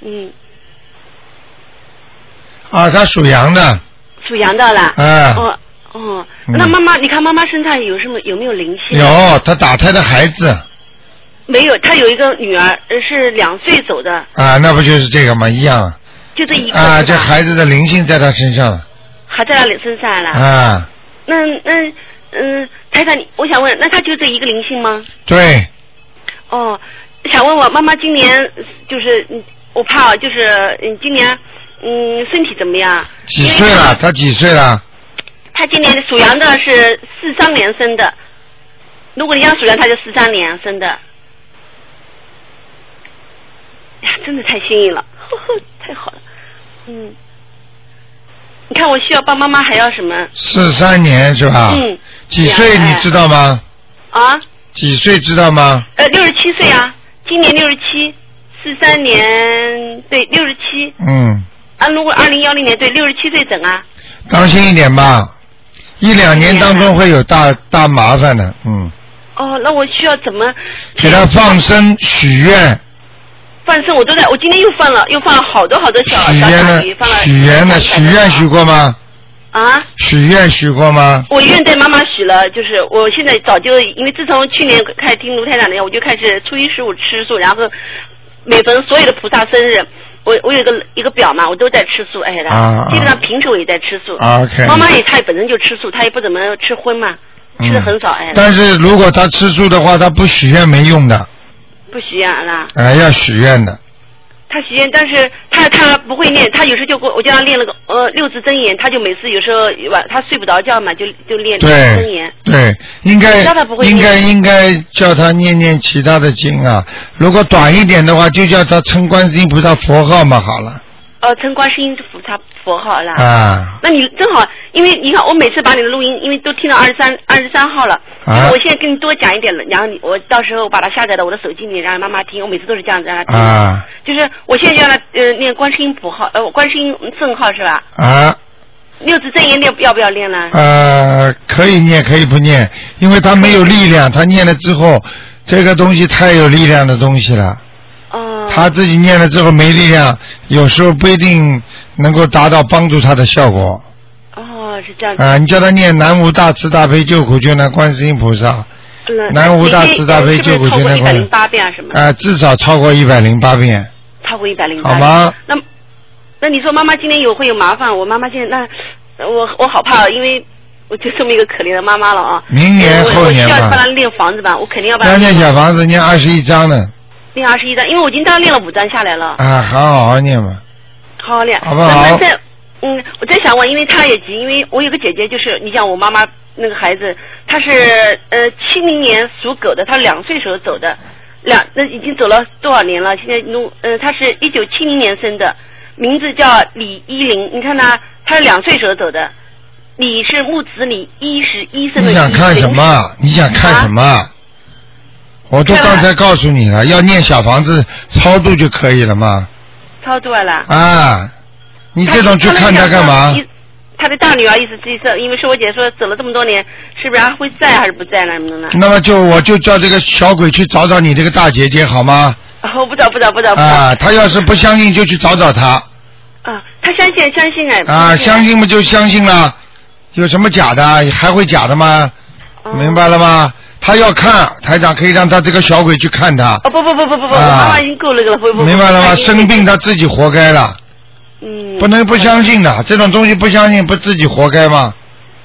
S12: 嗯，
S1: 啊，她属羊的，
S12: 属羊的啦。
S1: 哎
S12: 哦哦，
S1: 嗯
S12: 那妈妈，你看妈妈身上有什么有没有灵性？
S1: 有她打胎的孩子
S12: 没有，她有一个女儿，呃是两岁走的，
S1: 啊，那不就是这个吗？一样
S12: 就这一个
S1: 啊，
S12: 是
S1: 这
S12: 吧
S1: 孩子的灵性在她身上了
S12: 还在她身上了。
S1: 啊，
S12: 那那嗯，台长，你我想问，那她就这一个灵性吗？
S1: 对，
S12: 哦，想问我妈妈今年就是，嗯我怕就是嗯，今年嗯身体怎么样？
S1: 几岁了？她几岁了？
S12: 她今年属羊的是四三年生的，如果你让属羊，她就四三年生的。哎呀，真的太幸运了，呵呵，太好了，嗯。你看我需要帮妈妈还要什么？
S1: 四三年是吧？
S12: 嗯。
S1: 几岁你知道吗？
S12: 啊，
S1: 几岁知道吗？
S12: 呃，六十七岁啊，今年六十七，四三年对六十七
S1: 嗯。
S12: 啊，如果二零幺零年对六十七岁整啊，
S1: 当心一点吧，一两年当中会有大大麻烦的，嗯，
S12: 哦，那我需要怎么
S1: 给他放生许愿，
S12: 放生？我都在，我今天又放了，又放了好多好多小
S1: 许
S12: 小
S1: 愿
S12: 小
S1: 呢
S12: 鱼，放了，
S1: 许愿呢，许愿许过吗？
S12: 啊。
S1: 许愿许过吗？
S12: 我愿对妈妈许了，就是我现在早就因为自从去年开始听卢台长的，我就开始初一十五吃素，然后每逢所有的菩萨生日，我我有一个一个表嘛，我都在吃素，哎呀，
S1: 啊
S12: 基本上平时我也在吃素。
S1: 啊，OK
S12: 妈妈也她也本身就吃素，她也不怎么吃荤嘛，吃的
S1: 嗯
S12: 很少，哎。
S1: 但是如果他吃素的话，他不许愿没用的，
S12: 不许愿啊啦，
S1: 哎，要许愿的，
S12: 她许愿，但是她她不会念，她有时候就给我我叫她练了个呃六字真言，她就每次有时候晚她睡不着觉嘛，就就练六字真言
S1: 对。对，应该
S12: 你知道他不会
S1: 应该
S12: 念
S1: 应该叫他念念其他的经啊，如果短一点的话，就叫他称观世音菩萨佛号嘛，好了
S12: 呃，称观世音菩萨佛号啦。
S1: 啊，
S12: 那你正好，因为你看我每次把你的录音，因为都听到二十三二十三号了，
S1: 啊
S12: 我现在跟你多讲一点了，然后你我到时候把它下载到我的手机里，让妈妈听。我每次都是这样子让她听。
S1: 啊
S12: 就是我现在就让她呃念观世音普号，呃观世音正号是吧？
S1: 啊，
S12: 六字真言念要不要练呢？
S1: 呃，可以念，可以不念，因为他没有力量，他念了之后，这个东西太有力量的东西了。他自己念了之后没力量，有时候不一定能够达到帮助他的效果。
S12: 哦，是这样子。
S1: 啊、你叫他念南无大慈大悲救苦救难观世音菩萨，啊、
S12: 嗯
S1: 南无大慈大悲救苦救难
S12: 一
S1: 观
S12: 百
S1: 世
S12: 零八遍啊什么的？
S1: 呃至少超过一百零八遍，
S12: 超过一百零八。
S1: 好吗？
S12: 那那你说妈妈今年有会有麻烦？我妈妈现在那呃我我好怕，因为我就这么一个可怜的妈妈了啊。
S1: 明年
S12: 我
S1: 后年
S12: 我需要帮她
S1: 吧，
S12: 练房子吧，我肯定要帮她
S1: 要念
S12: 练
S1: 小房子念二十一章呢，
S12: 练二十一张，因为我已经当练了五张下来了，
S1: 啊，好好好念吧，
S12: 好好练。
S1: 好不好
S12: 那么再嗯，我再想问，因为她也急，因为我有个姐姐，就是你讲我妈妈那个孩子，她是呃七零年属狗的，她两岁时候走的，两那已经走了多少年了？现在弄呃，她是一九七零年生的，名字叫李依林，你看她，她是两岁时候走的，李是木子李，一是啊医生的
S1: 你
S12: 医
S1: 想看什？么？你想看什么？我都刚才告诉你了，要念小房子超度就可以了嘛。
S12: 超度了。
S1: 啊，你这种去看他干嘛？
S12: 他的大女儿意思意思，因为是我姐说走了这么多年，是不是还会在还是不在呢？什么的呢？
S1: 那么就我就叫这个小鬼去找找你这个大姐姐好吗？
S12: 啊我不知道，不知道，不知道。不知道
S1: 啊，他要是不相信就去找找他
S12: 啊，他相信，相信哎。
S1: 啊，
S12: 不信哎
S1: 相。信不就相信了？有什么假的？还会假的吗？
S12: 哦
S1: 明白了吗？他要看台长，可以让他这个小鬼去看他，
S12: 哦不不不不不不，我
S1: 啊
S12: 妈妈已经够那个了，不不。不
S1: 明白了吗？生。病
S12: 不
S1: 他自己活该了，
S12: 嗯。
S1: 不能不相信的，这种东西不相信不自己活该吗？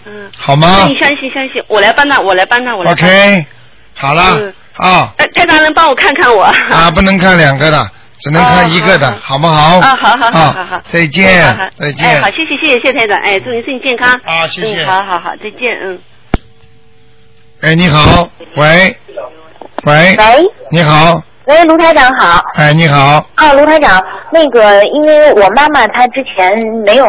S12: 嗯。
S1: 好吗
S12: 那你相信相信，我来帮他，我来帮他，我来帮他。
S1: ？OK，好了
S12: 嗯，
S1: 啊
S12: 哎，台长能帮我看看我？
S1: 啊，不能看两个的，只能看一个的，好不好？
S12: 啊，好好好好
S1: 啊
S12: 好。
S1: 再见
S12: 好好好
S1: 再见
S12: 哎，好，谢谢谢谢谢谢台长，哎，祝您身体健康。
S1: 啊谢谢
S12: 嗯，好好好，再见，嗯。
S1: 哎，你好，喂，喂，
S5: 喂，
S1: 你好，
S5: 喂，卢台长好。
S1: 哎，你好，
S5: 啊，卢台长，那个，因为我妈妈她之前没有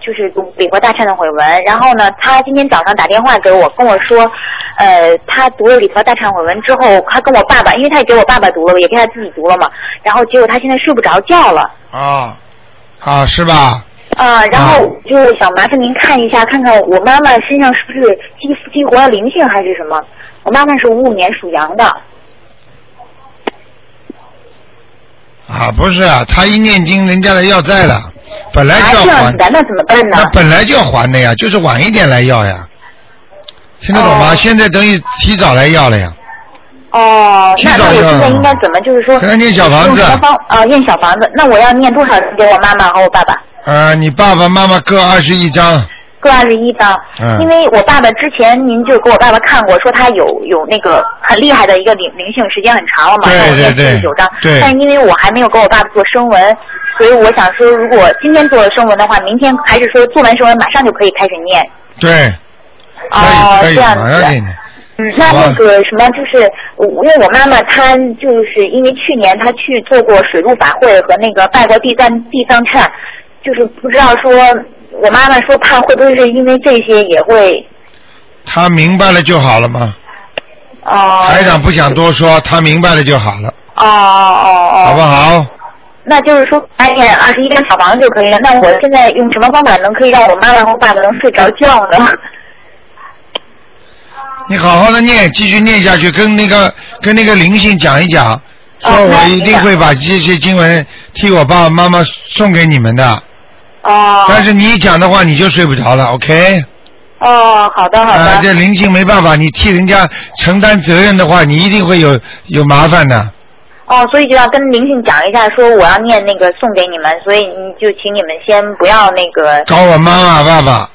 S5: 就是读北国大忏悔文，然后呢，她今天早上打电话给我，跟我说，呃，她读了礼佛大忏悔文之后，她跟我爸爸，因为她也给我爸爸读了，也给她自己读了嘛，然后结果她现在睡不着觉了，
S1: 啊，啊，是吧？
S5: 啊、然后就想麻烦您看一下，看看我妈妈身上是不是激激活了灵性还是什么？我妈妈是五五年属羊的，
S1: 啊，不是啊，他一念经，人家来要债了，本来
S5: 啊，
S1: 就要
S5: 这样
S1: 还
S5: 子，的，那怎么办呢
S1: 那？本来就要还的呀，就是晚一点来要呀，听得懂吗？现在等于提早来要了呀，
S5: 哦，
S1: 提
S5: 那
S1: 早
S5: 那我
S1: 要
S5: 现在应该怎么就是说？
S1: 给他念小房子
S5: 用什么方啊、念小房子。那我要念多少给我妈妈和我爸爸？
S1: 呃，你爸爸妈妈各二十一张，
S5: 各二十一张。
S1: 嗯
S5: 因为我爸爸之前您就给我爸爸看过，说他有有那个很厉害的一个灵灵性，时间很长了嘛，
S1: 对
S5: 让我念四
S1: 对对
S5: 十九张。
S1: 对
S5: 但因为我还没有给我爸爸做声纹，所以我想说，如果今天做了声纹的话，明天还是说做完声纹马上就可以开始念。
S1: 对，
S5: 哦，
S1: 可以，
S5: 这样子。
S1: 马上给你，
S5: 嗯，那那个什么，就是我因为我妈妈她就是因为去年她去做过水陆法会和那个拜过地藏地藏忏，就是不知道说我妈妈说怕会不会是因为这些也会
S1: 他明白了就好了嘛。
S5: 哦
S1: 台长不想多说，他明白了就好了，
S5: 哦哦哦，
S1: 好不好？
S5: 那就是说哎念二十一张小房子就可以了。那我现在用什么方法能可以让我妈妈和我爸爸能睡着觉呢？
S1: 你好好的念，继续念下去，跟那个跟那个灵性讲一
S5: 哦
S1: 讲，说我一定会把这些经文替我爸爸妈妈送给你们的。
S5: 哦。
S1: 但是你一讲的话，你就睡不着了，OK？
S5: 哦，好的好
S1: 啊、
S5: 的。
S1: 这灵性没办法，你替人家承担责任的话，你一定会有有麻烦的。
S5: 哦，所以就要跟灵性讲一下，说我要念那个送给你们，所以你就请你们先不要那个
S1: 搞我妈妈、爸爸，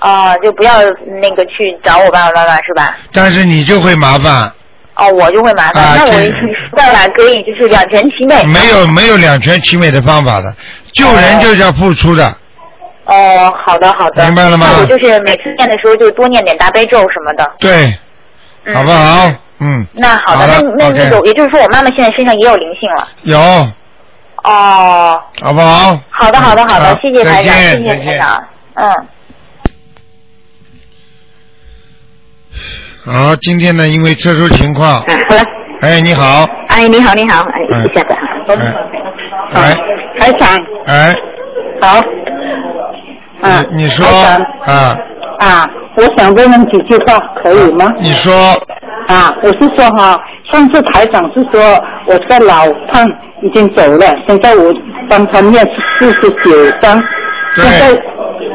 S5: 哦，就不要那个去找我爸爸妈妈是吧？
S1: 但是你就会麻烦，
S5: 哦，我就会麻烦。
S1: 啊
S5: 那
S1: 对
S5: 我办法可以就是两全其美。
S1: 没有没有两全其美的方法的，救人就是要付出的，
S5: 哦，好的好的。
S1: 明白了吗
S5: 那我就是每次念的时候就多念点大悲咒什么的。
S1: 对，
S5: 嗯、
S1: 好不好？嗯，
S5: 那好的，
S1: 好了
S5: 那那那
S1: OK
S5: 种，也就是说我妈妈现在身上也有灵性了。
S1: 有，
S5: 哦，
S1: 好不好？
S5: 好的好的好的，
S1: 好
S5: 谢谢台长，
S1: 再
S5: 谢
S1: 见
S5: 谢台长，嗯。
S1: 好，今天呢，因为特殊情 况，
S13: 好了，
S1: 哎，你好，
S13: 哎，你好，你好，哎，
S1: 嗯
S13: 一下子，
S1: 哎，哎，
S13: 台长，
S1: 哎，
S13: 好，
S4: 嗯，
S1: 你说
S4: 台长
S1: 啊，
S4: 啊，我想问问几句话，可以吗？
S1: 你说
S4: 啊，我是说哈，上次台长是说我这个老胖已经走了，现在我帮他念四十九章，现在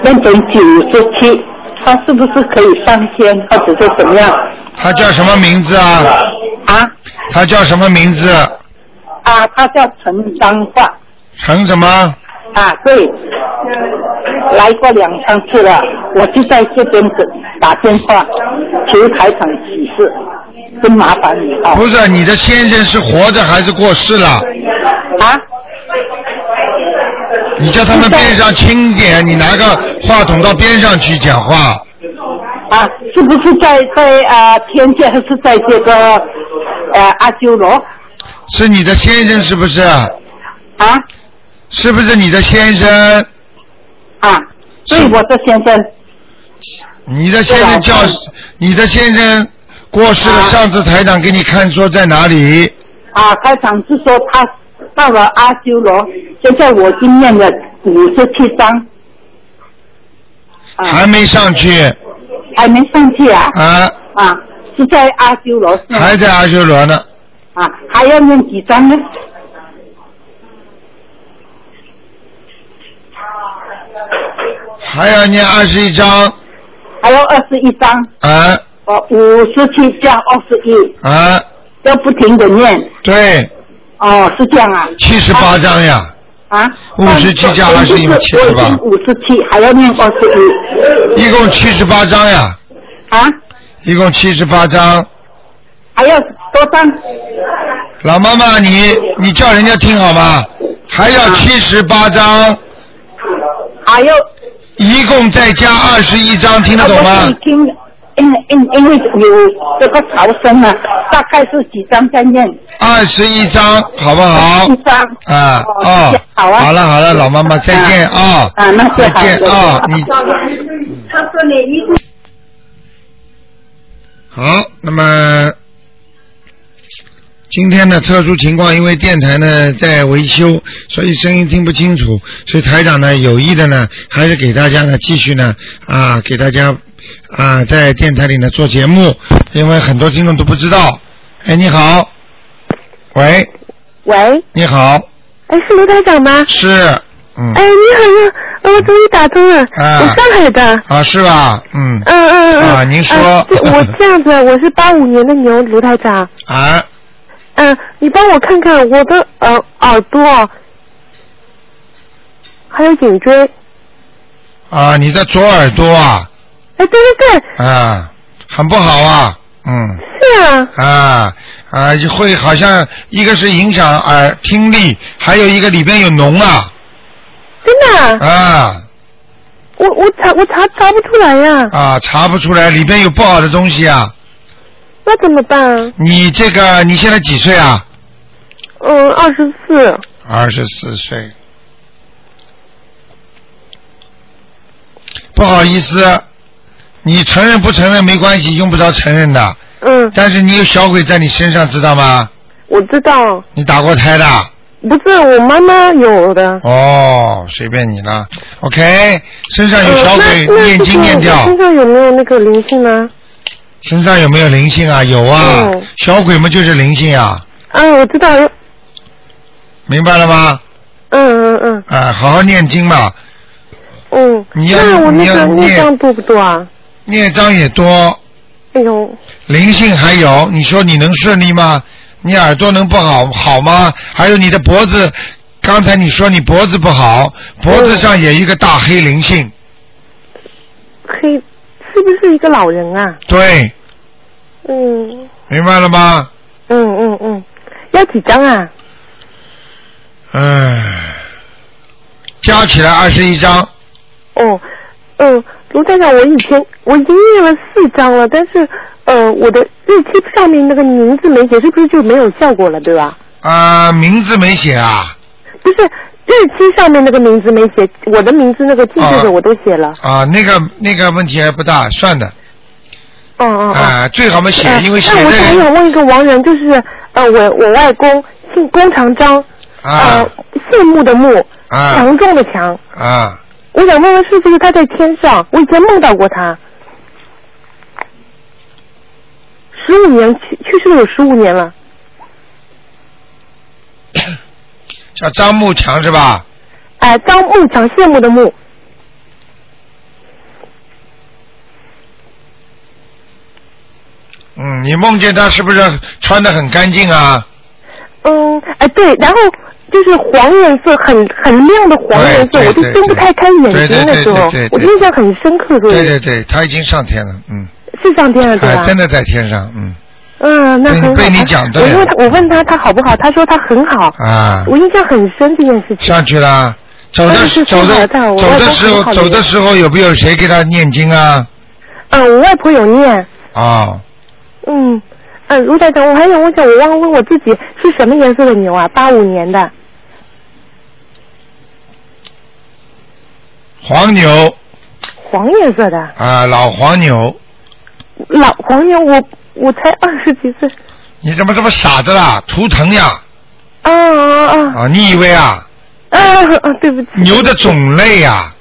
S4: 念成九十七，他是不是可以上天，或者是怎么样？
S1: 他叫什么名字啊？
S4: 啊？
S1: 他叫什么名字？
S4: 啊，他叫陈
S2: 嗯
S4: 章化
S1: 陈什么？
S4: 啊，对，来过两三次了，我就在这边打电话求台长启示，真麻烦你
S5: 哦
S4: 啊。
S1: 不是，你的先生是活着还是过世了？
S4: 啊？
S1: 你叫他们边上轻点，你拿个话筒到边上去讲话。
S4: 啊，是不是在在啊、呃天界还是在这个呃阿修罗
S1: 是你的先生是不是？
S4: 啊？
S1: 是不是你的先生？
S4: 啊？对，我的先生
S1: 你的先生叫你的先生过世了，上次台长给你看说在哪里？
S4: 啊，台长是说他到了阿修罗，现在我已经念了五十七章，啊
S1: 还没上去，
S4: 还没上去啊。
S1: 啊。
S4: 啊，是在阿修罗是吗
S1: 还在阿修罗呢。
S4: 啊，还要念几章呢？
S1: 还要念二十一章
S4: 还有二十一章，
S1: 啊
S4: 哦，五十七加二十一，
S1: 啊！
S4: 要不停的念。
S1: 对，
S4: 哦，是这样啊。
S1: 七十八章呀，
S4: 啊。
S1: 57加21嘛78
S4: 五十七，还要念二十一。
S1: 一共七十八章呀。
S4: 啊？
S1: 一共七十八章。
S4: 还要多章？
S1: 老妈妈，你你叫人家听好吗？还要七十八章，
S4: 啊还有。
S1: 一共再加二十一章，听得懂
S4: 啊
S1: 吗
S4: 我？听，因因因为有这个噪声啊，大概是几章在念？
S1: 二十一章，好不好？
S4: 一章。
S1: 啊
S4: 谢
S1: 哦
S4: 谢，好啊
S1: 了好了，老妈妈再见啊！
S4: 啊，那就
S1: 再
S4: 好。
S1: 见啊！你
S4: 他说你一定
S1: 好，那么今天呢，特殊情况，因为电台呢在维修，所以声音听不清楚，所以台长呢有意的呢，还是给大家呢继续呢啊，给大家啊在电台里呢做节目，因为很多听众都不知道。哎，你好，喂，
S3: 喂，
S1: 你好，
S3: 哎，是卢台长吗？
S1: 是嗯
S3: 哎，你好呀，呃我终于打通了，
S1: 啊
S3: 我上海的。
S1: 啊，是吧？嗯，
S3: 嗯嗯嗯。
S1: 啊您说
S3: 呃 这我这样子，我是八五年的牛，卢台长。
S1: 啊，
S3: 嗯、你帮我看看我的呃耳朵，还有颈椎。
S1: 啊，你的左耳朵啊，
S3: 哎，对对对，
S1: 啊，很不好啊，嗯。
S3: 是啊。
S1: 啊啊，就会好像一个是影响耳听力，还有一个里边有脓啊
S3: 真的，
S1: 啊
S3: 我我查我查查不出来呀，
S1: 啊，查不出来，里边有不好的东西啊。
S3: 那怎么办？
S1: 你这个你现在几岁啊？
S3: 嗯，二十四，
S1: 二十四岁。不好意思，你承认不承认没关系，用不着承认的。
S3: 嗯。
S1: 但是你有小鬼在你身上，知道吗？
S3: 我知道，
S1: 你打过胎的。
S3: 不是我妈妈有的。
S1: 哦，随便你了。OK，身上有小鬼，
S3: 呃那
S1: 念经念
S3: 那
S1: 掉
S3: 就是我身。上有没有那个灵性呢？
S1: 身上有没有灵性啊？有啊，
S3: 嗯
S1: 小鬼们就是灵性啊，
S3: 嗯，我知道，嗯
S1: 明白了吗？
S3: 嗯嗯
S1: 啊、好好念经嘛，
S3: 嗯。
S1: 你要
S3: 那我那
S1: 你要
S3: 个
S1: 念
S3: 孽障多不多啊？
S1: 孽障也多，
S3: 哎呦，
S1: 灵性还有，你说你能顺利吗？你耳朵能不好好吗？还有你的脖子，刚才你说你脖子不好，脖子上也一个大黑灵性，
S3: 黑是不是一个老人啊？
S1: 对，
S3: 嗯
S1: 明白了吗？
S3: 嗯嗯嗯，要几张啊？
S1: 唉，哎加起来二十一张，
S3: 哦，嗯，卢站长，我以前我已经念了四张了，但是呃，我的日期上面那个名字没写，是不是就没有效果了，对吧？
S1: 啊、名字没写啊，
S3: 不是日期上面那个名字没写，我的名字那个进去
S1: 啊
S3: 的我都写了。
S1: 啊，那个那个问题还不大，算的。
S3: 哦哦哦。
S1: 啊，最好嘛写
S3: 呃，
S1: 因为写
S3: 那我还
S1: 的
S3: 想问一个王人，就是呃，我我外公姓龚长章，
S1: 啊
S3: 呃，羡慕的慕，
S1: 啊
S3: 强壮的强，
S1: 啊，
S3: 我想问问是不是他在天上？我以前梦到过他。十五年去去世了有十五年了，
S1: 叫张木强是吧？
S3: 哎、张木强羡慕的木，
S1: 嗯，你梦见他是不是穿的很干净啊？
S3: 嗯，哎对，然后就是黄颜色，很很亮的黄颜色，
S1: 对对
S3: 我就睁不太开眼睛的时候
S1: 对对对对对对，
S3: 我印象很深刻，
S1: 对对对，他已经上天了，嗯，
S3: 是上天了对啊吧？
S1: 哎，真的在天上，嗯
S3: 嗯，那
S1: 被你
S3: 很好。
S1: 被你讲对
S3: 我
S1: 了
S3: 问他，我问他他好不好，他说他很好，
S1: 啊，
S3: 我印象很深这件事情。
S1: 上去啦。走
S3: 但
S1: 的
S3: 是
S1: 走
S3: 是
S1: 的
S3: 的但我
S1: 走
S3: 外
S1: 的
S3: 公
S1: 时
S3: 很好
S1: 候
S3: 的
S1: 走的
S3: 人
S1: 时候有没有谁给他念经啊？
S3: 嗯，我外婆有念，
S1: 哦，
S3: 嗯嗯，卢台长，我还想问一下，我忘了问我自己是什么颜色的牛啊？八五年的
S1: 黄牛
S3: 黄颜色的
S1: 啊，老黄牛，
S3: 老黄牛，我我才二十几岁，
S1: 你怎么这么傻的啦？图腾呀！
S3: 啊啊
S1: 啊，你以为啊？
S3: 啊啊！对不起，
S1: 牛的种类呀、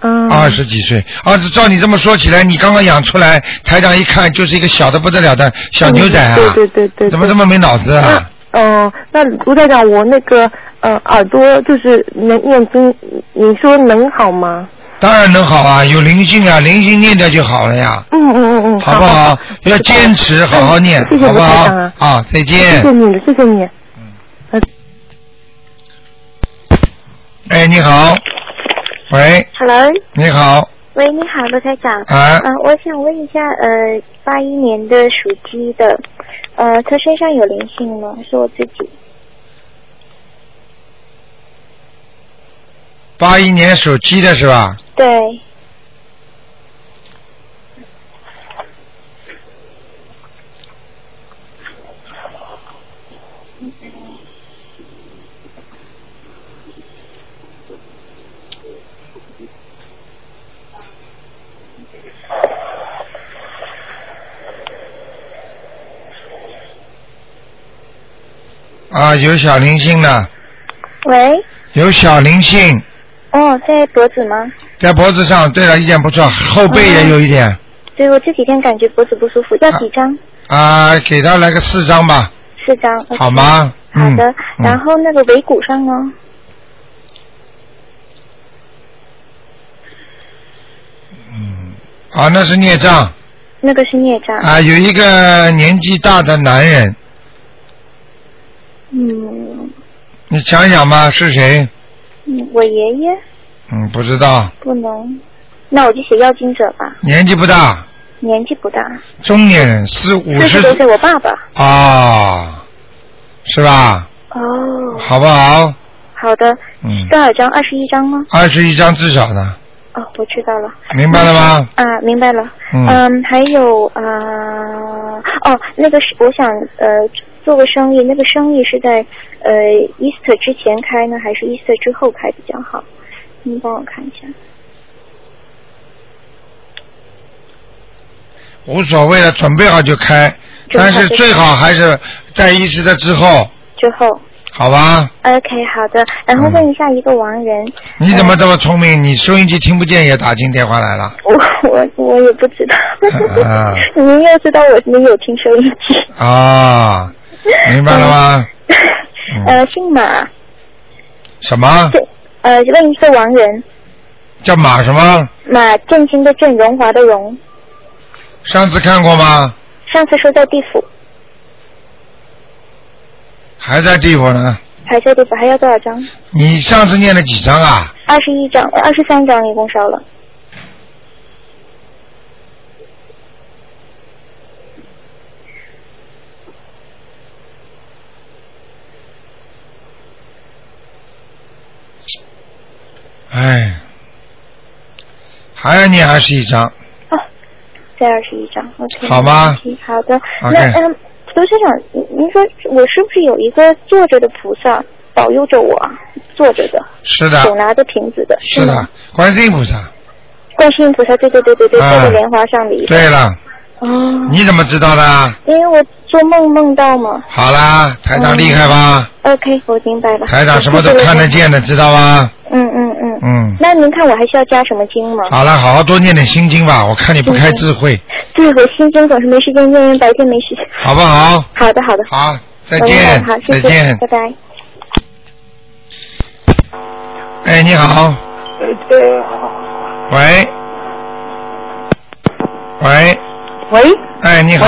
S3: 嗯，
S1: 二十几岁，啊，照你这么说起来，你刚刚养出来，台长一看就是一个小的不得了的小牛仔啊！
S3: 嗯对对对对，
S1: 怎么这么没脑子啊？
S3: 嗯，那卢台长，我那个呃耳朵就是能念经，你说能好吗？
S1: 当然能好啊，有灵性啊，灵性念掉就好了呀，
S3: 嗯嗯嗯嗯，
S1: 好不
S3: 好？
S1: 好？要坚持，好好念，
S3: 谢谢
S1: 好不
S3: 卢台
S1: 好
S3: 长啊？
S1: 啊，再见。
S3: 谢谢你，谢谢你。
S1: 哎，你好，喂，
S14: Hello，
S1: 你好，
S14: 喂，你好，罗台长。
S1: 啊
S14: 呃我想问一下，呃，八一年的属鸡的，呃，他身上有灵性吗？是我自己。
S1: 八一年属鸡的是吧？
S14: 对，
S4: 嗯
S1: 啊，有小灵性的，
S14: 喂，
S1: 有小灵性
S14: 哦，在脖子吗？
S1: 在脖子上。对了，一点不错，后背也有一点。
S14: 对，我这几天感觉脖子不舒服，要几张？嗯
S1: 啊，给他来个四张吧，
S14: 四张。OK
S1: 好？吗？
S14: 好
S1: 嗯
S14: 的。
S1: 嗯
S14: 然后那个尾骨上呢？
S1: 啊，那是孽障
S14: 那个是孽障。
S1: 啊，有一个年纪大的男人，
S14: 嗯
S1: 你想想吧，是谁？
S14: 嗯，我爷爷
S1: 嗯，不知道，
S14: 不能，那我就写要经者吧，
S1: 年纪不大，
S14: 年纪不大，
S1: 中年人，四五
S14: 四
S1: 十
S14: 十多岁，我爸爸。
S1: 啊，是吧？
S14: 哦，
S1: 好不好？
S14: 好的，
S1: 嗯，
S14: 多少张？二十一张吗？
S1: 二十一张至少的，
S14: 哦，我知道了。
S1: 明白了吗？
S14: 啊，明白了。
S1: 嗯
S14: 还有啊、呃哦，那个是我想呃做个生意，那个生意是在呃 Easter 之前开呢，还是 Easter 之后开比较好？您帮我看一下。
S1: 无所谓了，准备好就开，
S14: 准备好
S1: 但是
S14: 就开
S1: 最好还是在意识的之后，
S14: 之后
S1: 好吧？
S14: ，OK，好的。然后问一下一个亡人，
S1: 你怎么这么聪明？你收音机听不见也打进电话来了
S14: 我我我也不知道，
S1: 啊
S14: 您又知道我没有听收音机。
S1: 啊！明白了吗？嗯
S14: 呃，姓马，
S1: 什么
S14: 对，呃，问一个亡人，
S1: 叫马什么？
S14: 马振兴的振，荣华的荣。
S1: 上次看过吗？
S14: 上次说在地府，
S1: 还在地府呢。
S14: 还在地府，还要多少张？
S1: 你上次念了几张啊？
S14: 二十一张，呃二十三张一共烧了。
S1: 哎，还要念二十一张。
S14: 再二十一张，OK。
S1: 好吗？
S14: 好的。
S1: OK
S14: 那嗯，刘先生，您您说我是不是有一个坐着的菩萨保佑着我啊？坐着的，
S1: 是的，
S14: 手拿着瓶子的，
S1: 是
S14: 吗
S1: 的，观世音菩萨。
S14: 观世音菩萨，对对对对对，坐
S1: 啊
S14: 在莲花上的一个。
S1: 对了，
S14: 哦，
S1: 你怎么知道的？
S14: 因为我做梦梦到嘛。
S1: 好啦，台长
S14: 嗯
S1: 厉害吧？
S14: OK，我明白了。嗯
S1: 台长什么都看得见的，知道吧？
S14: 嗯嗯嗯。
S1: 嗯，
S14: 那您看我还需要加什么经吗？
S1: 好了，好好多念点心经吧，我看你不开智慧，
S14: 对，我心经总是没时间念，因为白天没时间。
S1: 好不好？
S14: 好的，好的。
S1: 好，再
S4: 哎
S14: 嗯
S1: 见
S14: 好，谢
S1: 再
S14: 谢，
S1: 见。
S14: 拜拜。
S1: 哎，你好，
S14: 呃
S1: 喂，喂，
S4: 喂，
S1: 哎，你好，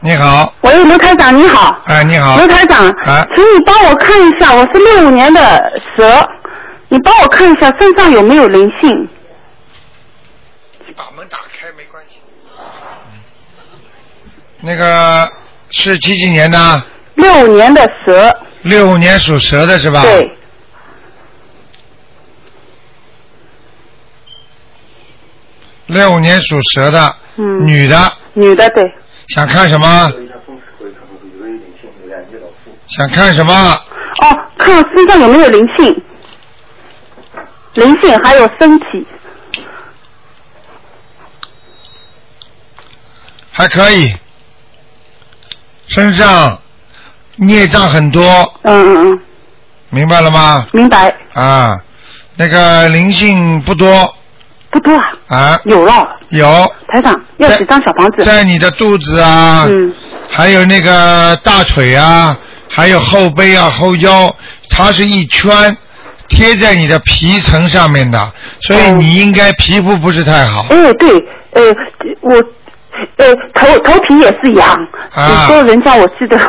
S1: 你你好，
S4: 喂，卢台长你好，
S1: 哎，你好，
S4: 卢台长，
S1: 啊，
S4: 请你帮我看一下，我是六五年的蛇，你帮我看一下身上有没有灵性？
S1: 那个是几几年的？
S4: 六五年的蛇，
S1: 六五年属蛇的是吧？
S4: 对。
S1: 六五年属蛇的，
S4: 嗯，
S1: 女的，
S4: 女的对，
S1: 想看什么？想看什么？
S4: 哦，看我身上有没有灵性，灵性还有身体，
S1: 还可以，身上孽障很多。
S4: 嗯嗯嗯。
S1: 明白了吗？
S4: 明白。
S1: 啊，那个灵性不多
S4: 不多啊，
S1: 啊。
S4: 有了。
S1: 有。
S4: 台长要几张小房子？
S1: 在你的肚子啊，
S4: 嗯，
S1: 还有那个大腿啊，还有后背啊、后腰，它是一圈贴在你的皮层上面的，所以你应该皮肤不是太好。
S4: 哦哎，对，呃，我，呃，头头皮也是痒。
S1: 啊
S4: 你说人家，我记得，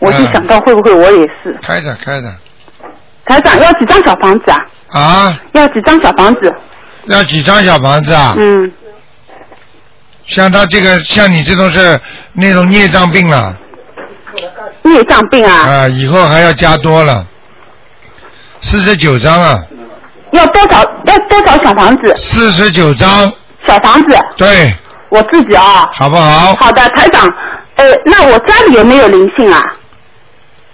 S4: 我就想到会不会我也是。
S1: 开着开着
S4: 台长要几张小房子啊？
S1: 啊，
S4: 要几张小房子？
S1: 要几张小房子啊？
S4: 嗯，
S1: 像他这个，像你这种是那种孽障病了。
S4: 孽障病啊！
S1: 啊，以后还要加多了，四十九张啊，
S4: 要多少？要多少小房子？
S1: 四十九张，
S4: 小房子，
S1: 对，
S4: 我自己啊。
S1: 好不好？
S4: 好的，台长，呃，那我家里有没有灵性啊？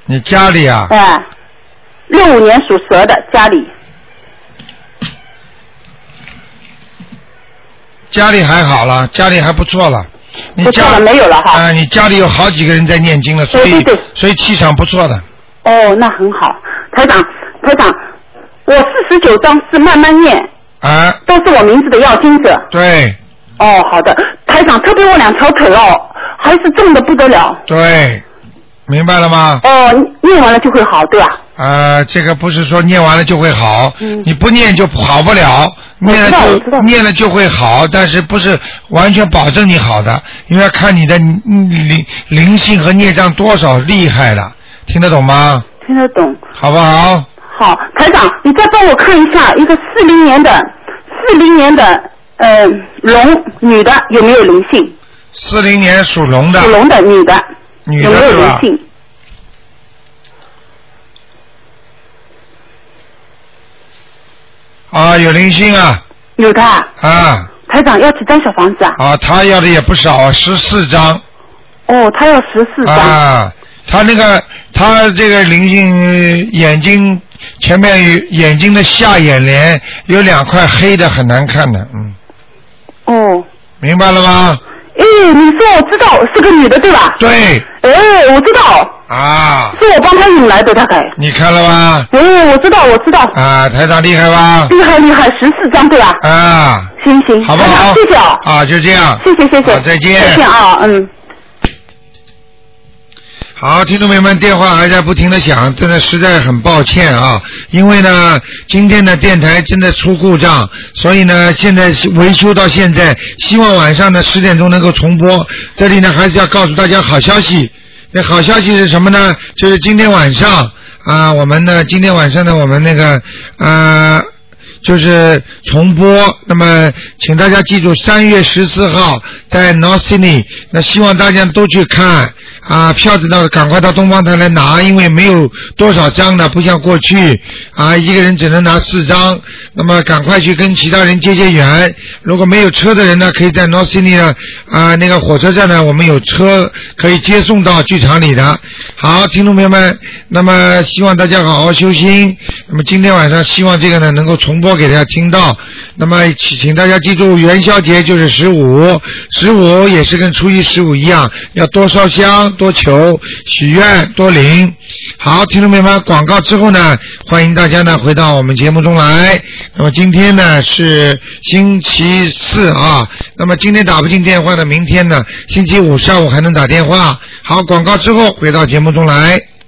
S1: 你家里啊，
S4: 哎、六五年属蛇的家里
S1: 家里还好了，家里还不错了。你
S4: 不错
S1: 家
S4: 了没有了哈
S1: 啊，你家里有好几个人在念经了，所以所以气场不错的。
S4: 哦，那很好，台长，台长，我四十九章是慢慢念，
S1: 啊，
S4: 都是我名字的要经者。
S1: 对
S4: 哦，好的，台长，特别我两条腿哦，还是重的不得了。
S1: 对，明白了吗？
S4: 哦，念完了就会好，对吧？
S1: 啊，这个不是说念完了就会好，你不念就好不了，
S4: 嗯我
S1: 念
S4: 知道
S1: 了
S4: 我知
S1: 就
S4: 道
S1: 念了就会好，但是不是完全保证你好的，因为要看你的嗯灵灵性和孽障多少厉害了，听得懂吗？
S4: 听得懂。
S1: 好不好？
S4: 好，台长，你再帮我看一下一个四零年的，四零年的呃龙女的有没有灵性？
S1: 四零年属龙的，
S4: 属龙的女的
S1: 女
S4: 有没
S1: 的
S4: 有
S1: 是
S4: 灵
S1: 吧？
S4: 性？
S1: 啊，有灵性啊
S4: 有的啊。
S1: 啊
S4: 台长要几张小房子啊？
S1: 啊，他要的也不少啊，十四张
S4: 哦，他要十四张。
S1: 啊。他那个他这个灵性呃眼睛前面有眼睛的下眼帘有两块黑的，很难看的，嗯，
S4: 哦。
S1: 明白了吗？
S4: 哎，你说我知道是个女的对吧？
S1: 对。
S4: 哎，我知道，
S1: 啊，
S4: 是我帮她引来的大概。
S1: 你看了吧？
S4: 哎，我知道，我知道，
S1: 啊，台长厉害吧？
S4: 厉害厉害，十四张对吧？
S1: 啊，
S4: 嗯行行，
S1: 好不
S4: 台
S1: 好？
S4: 长谢谢啊，
S1: 啊，就这样。
S4: 谢谢谢谢
S1: 好，再见。
S4: 再见啊，嗯。
S1: 好，听众朋友们，电话还在不停的响，真的实在很抱歉啊，因为呢，今天的电台真的出故障，所以呢，现在是维修到现在，希望晚上的十点钟能够重播。这里呢，还是要告诉大家好消息，那好消息是什么呢？就是今天晚上啊，我们呢，今天晚上呢，我们那个呃。就是重播。那么，请大家记住，三月十四号在 North Sydney，那希望大家都去看啊，票子呢赶快到东方台来拿，因为没有多少张的，不像过去啊，一个人只能拿四张。那么赶快去跟其他人接接缘。如果没有车的人呢，可以在 North Sydney 呢啊那个火车站呢，我们有车可以接送到剧场里的。好，听众朋友们，那么希望大家好好修心。那么今天晚上希望这个呢能够重播。播给大家听到。那么请请大家记住，元宵节就是十五，十五也是跟初一十五一样，要多烧香、多求、许愿、多灵。好，听众朋友们，广告之后呢，欢迎大家呢回到我们节目中来。那么今天呢是星期四啊，那么今天打不进电话的，明天呢星期五上午还能打电话。好，广告之后回到节目中来。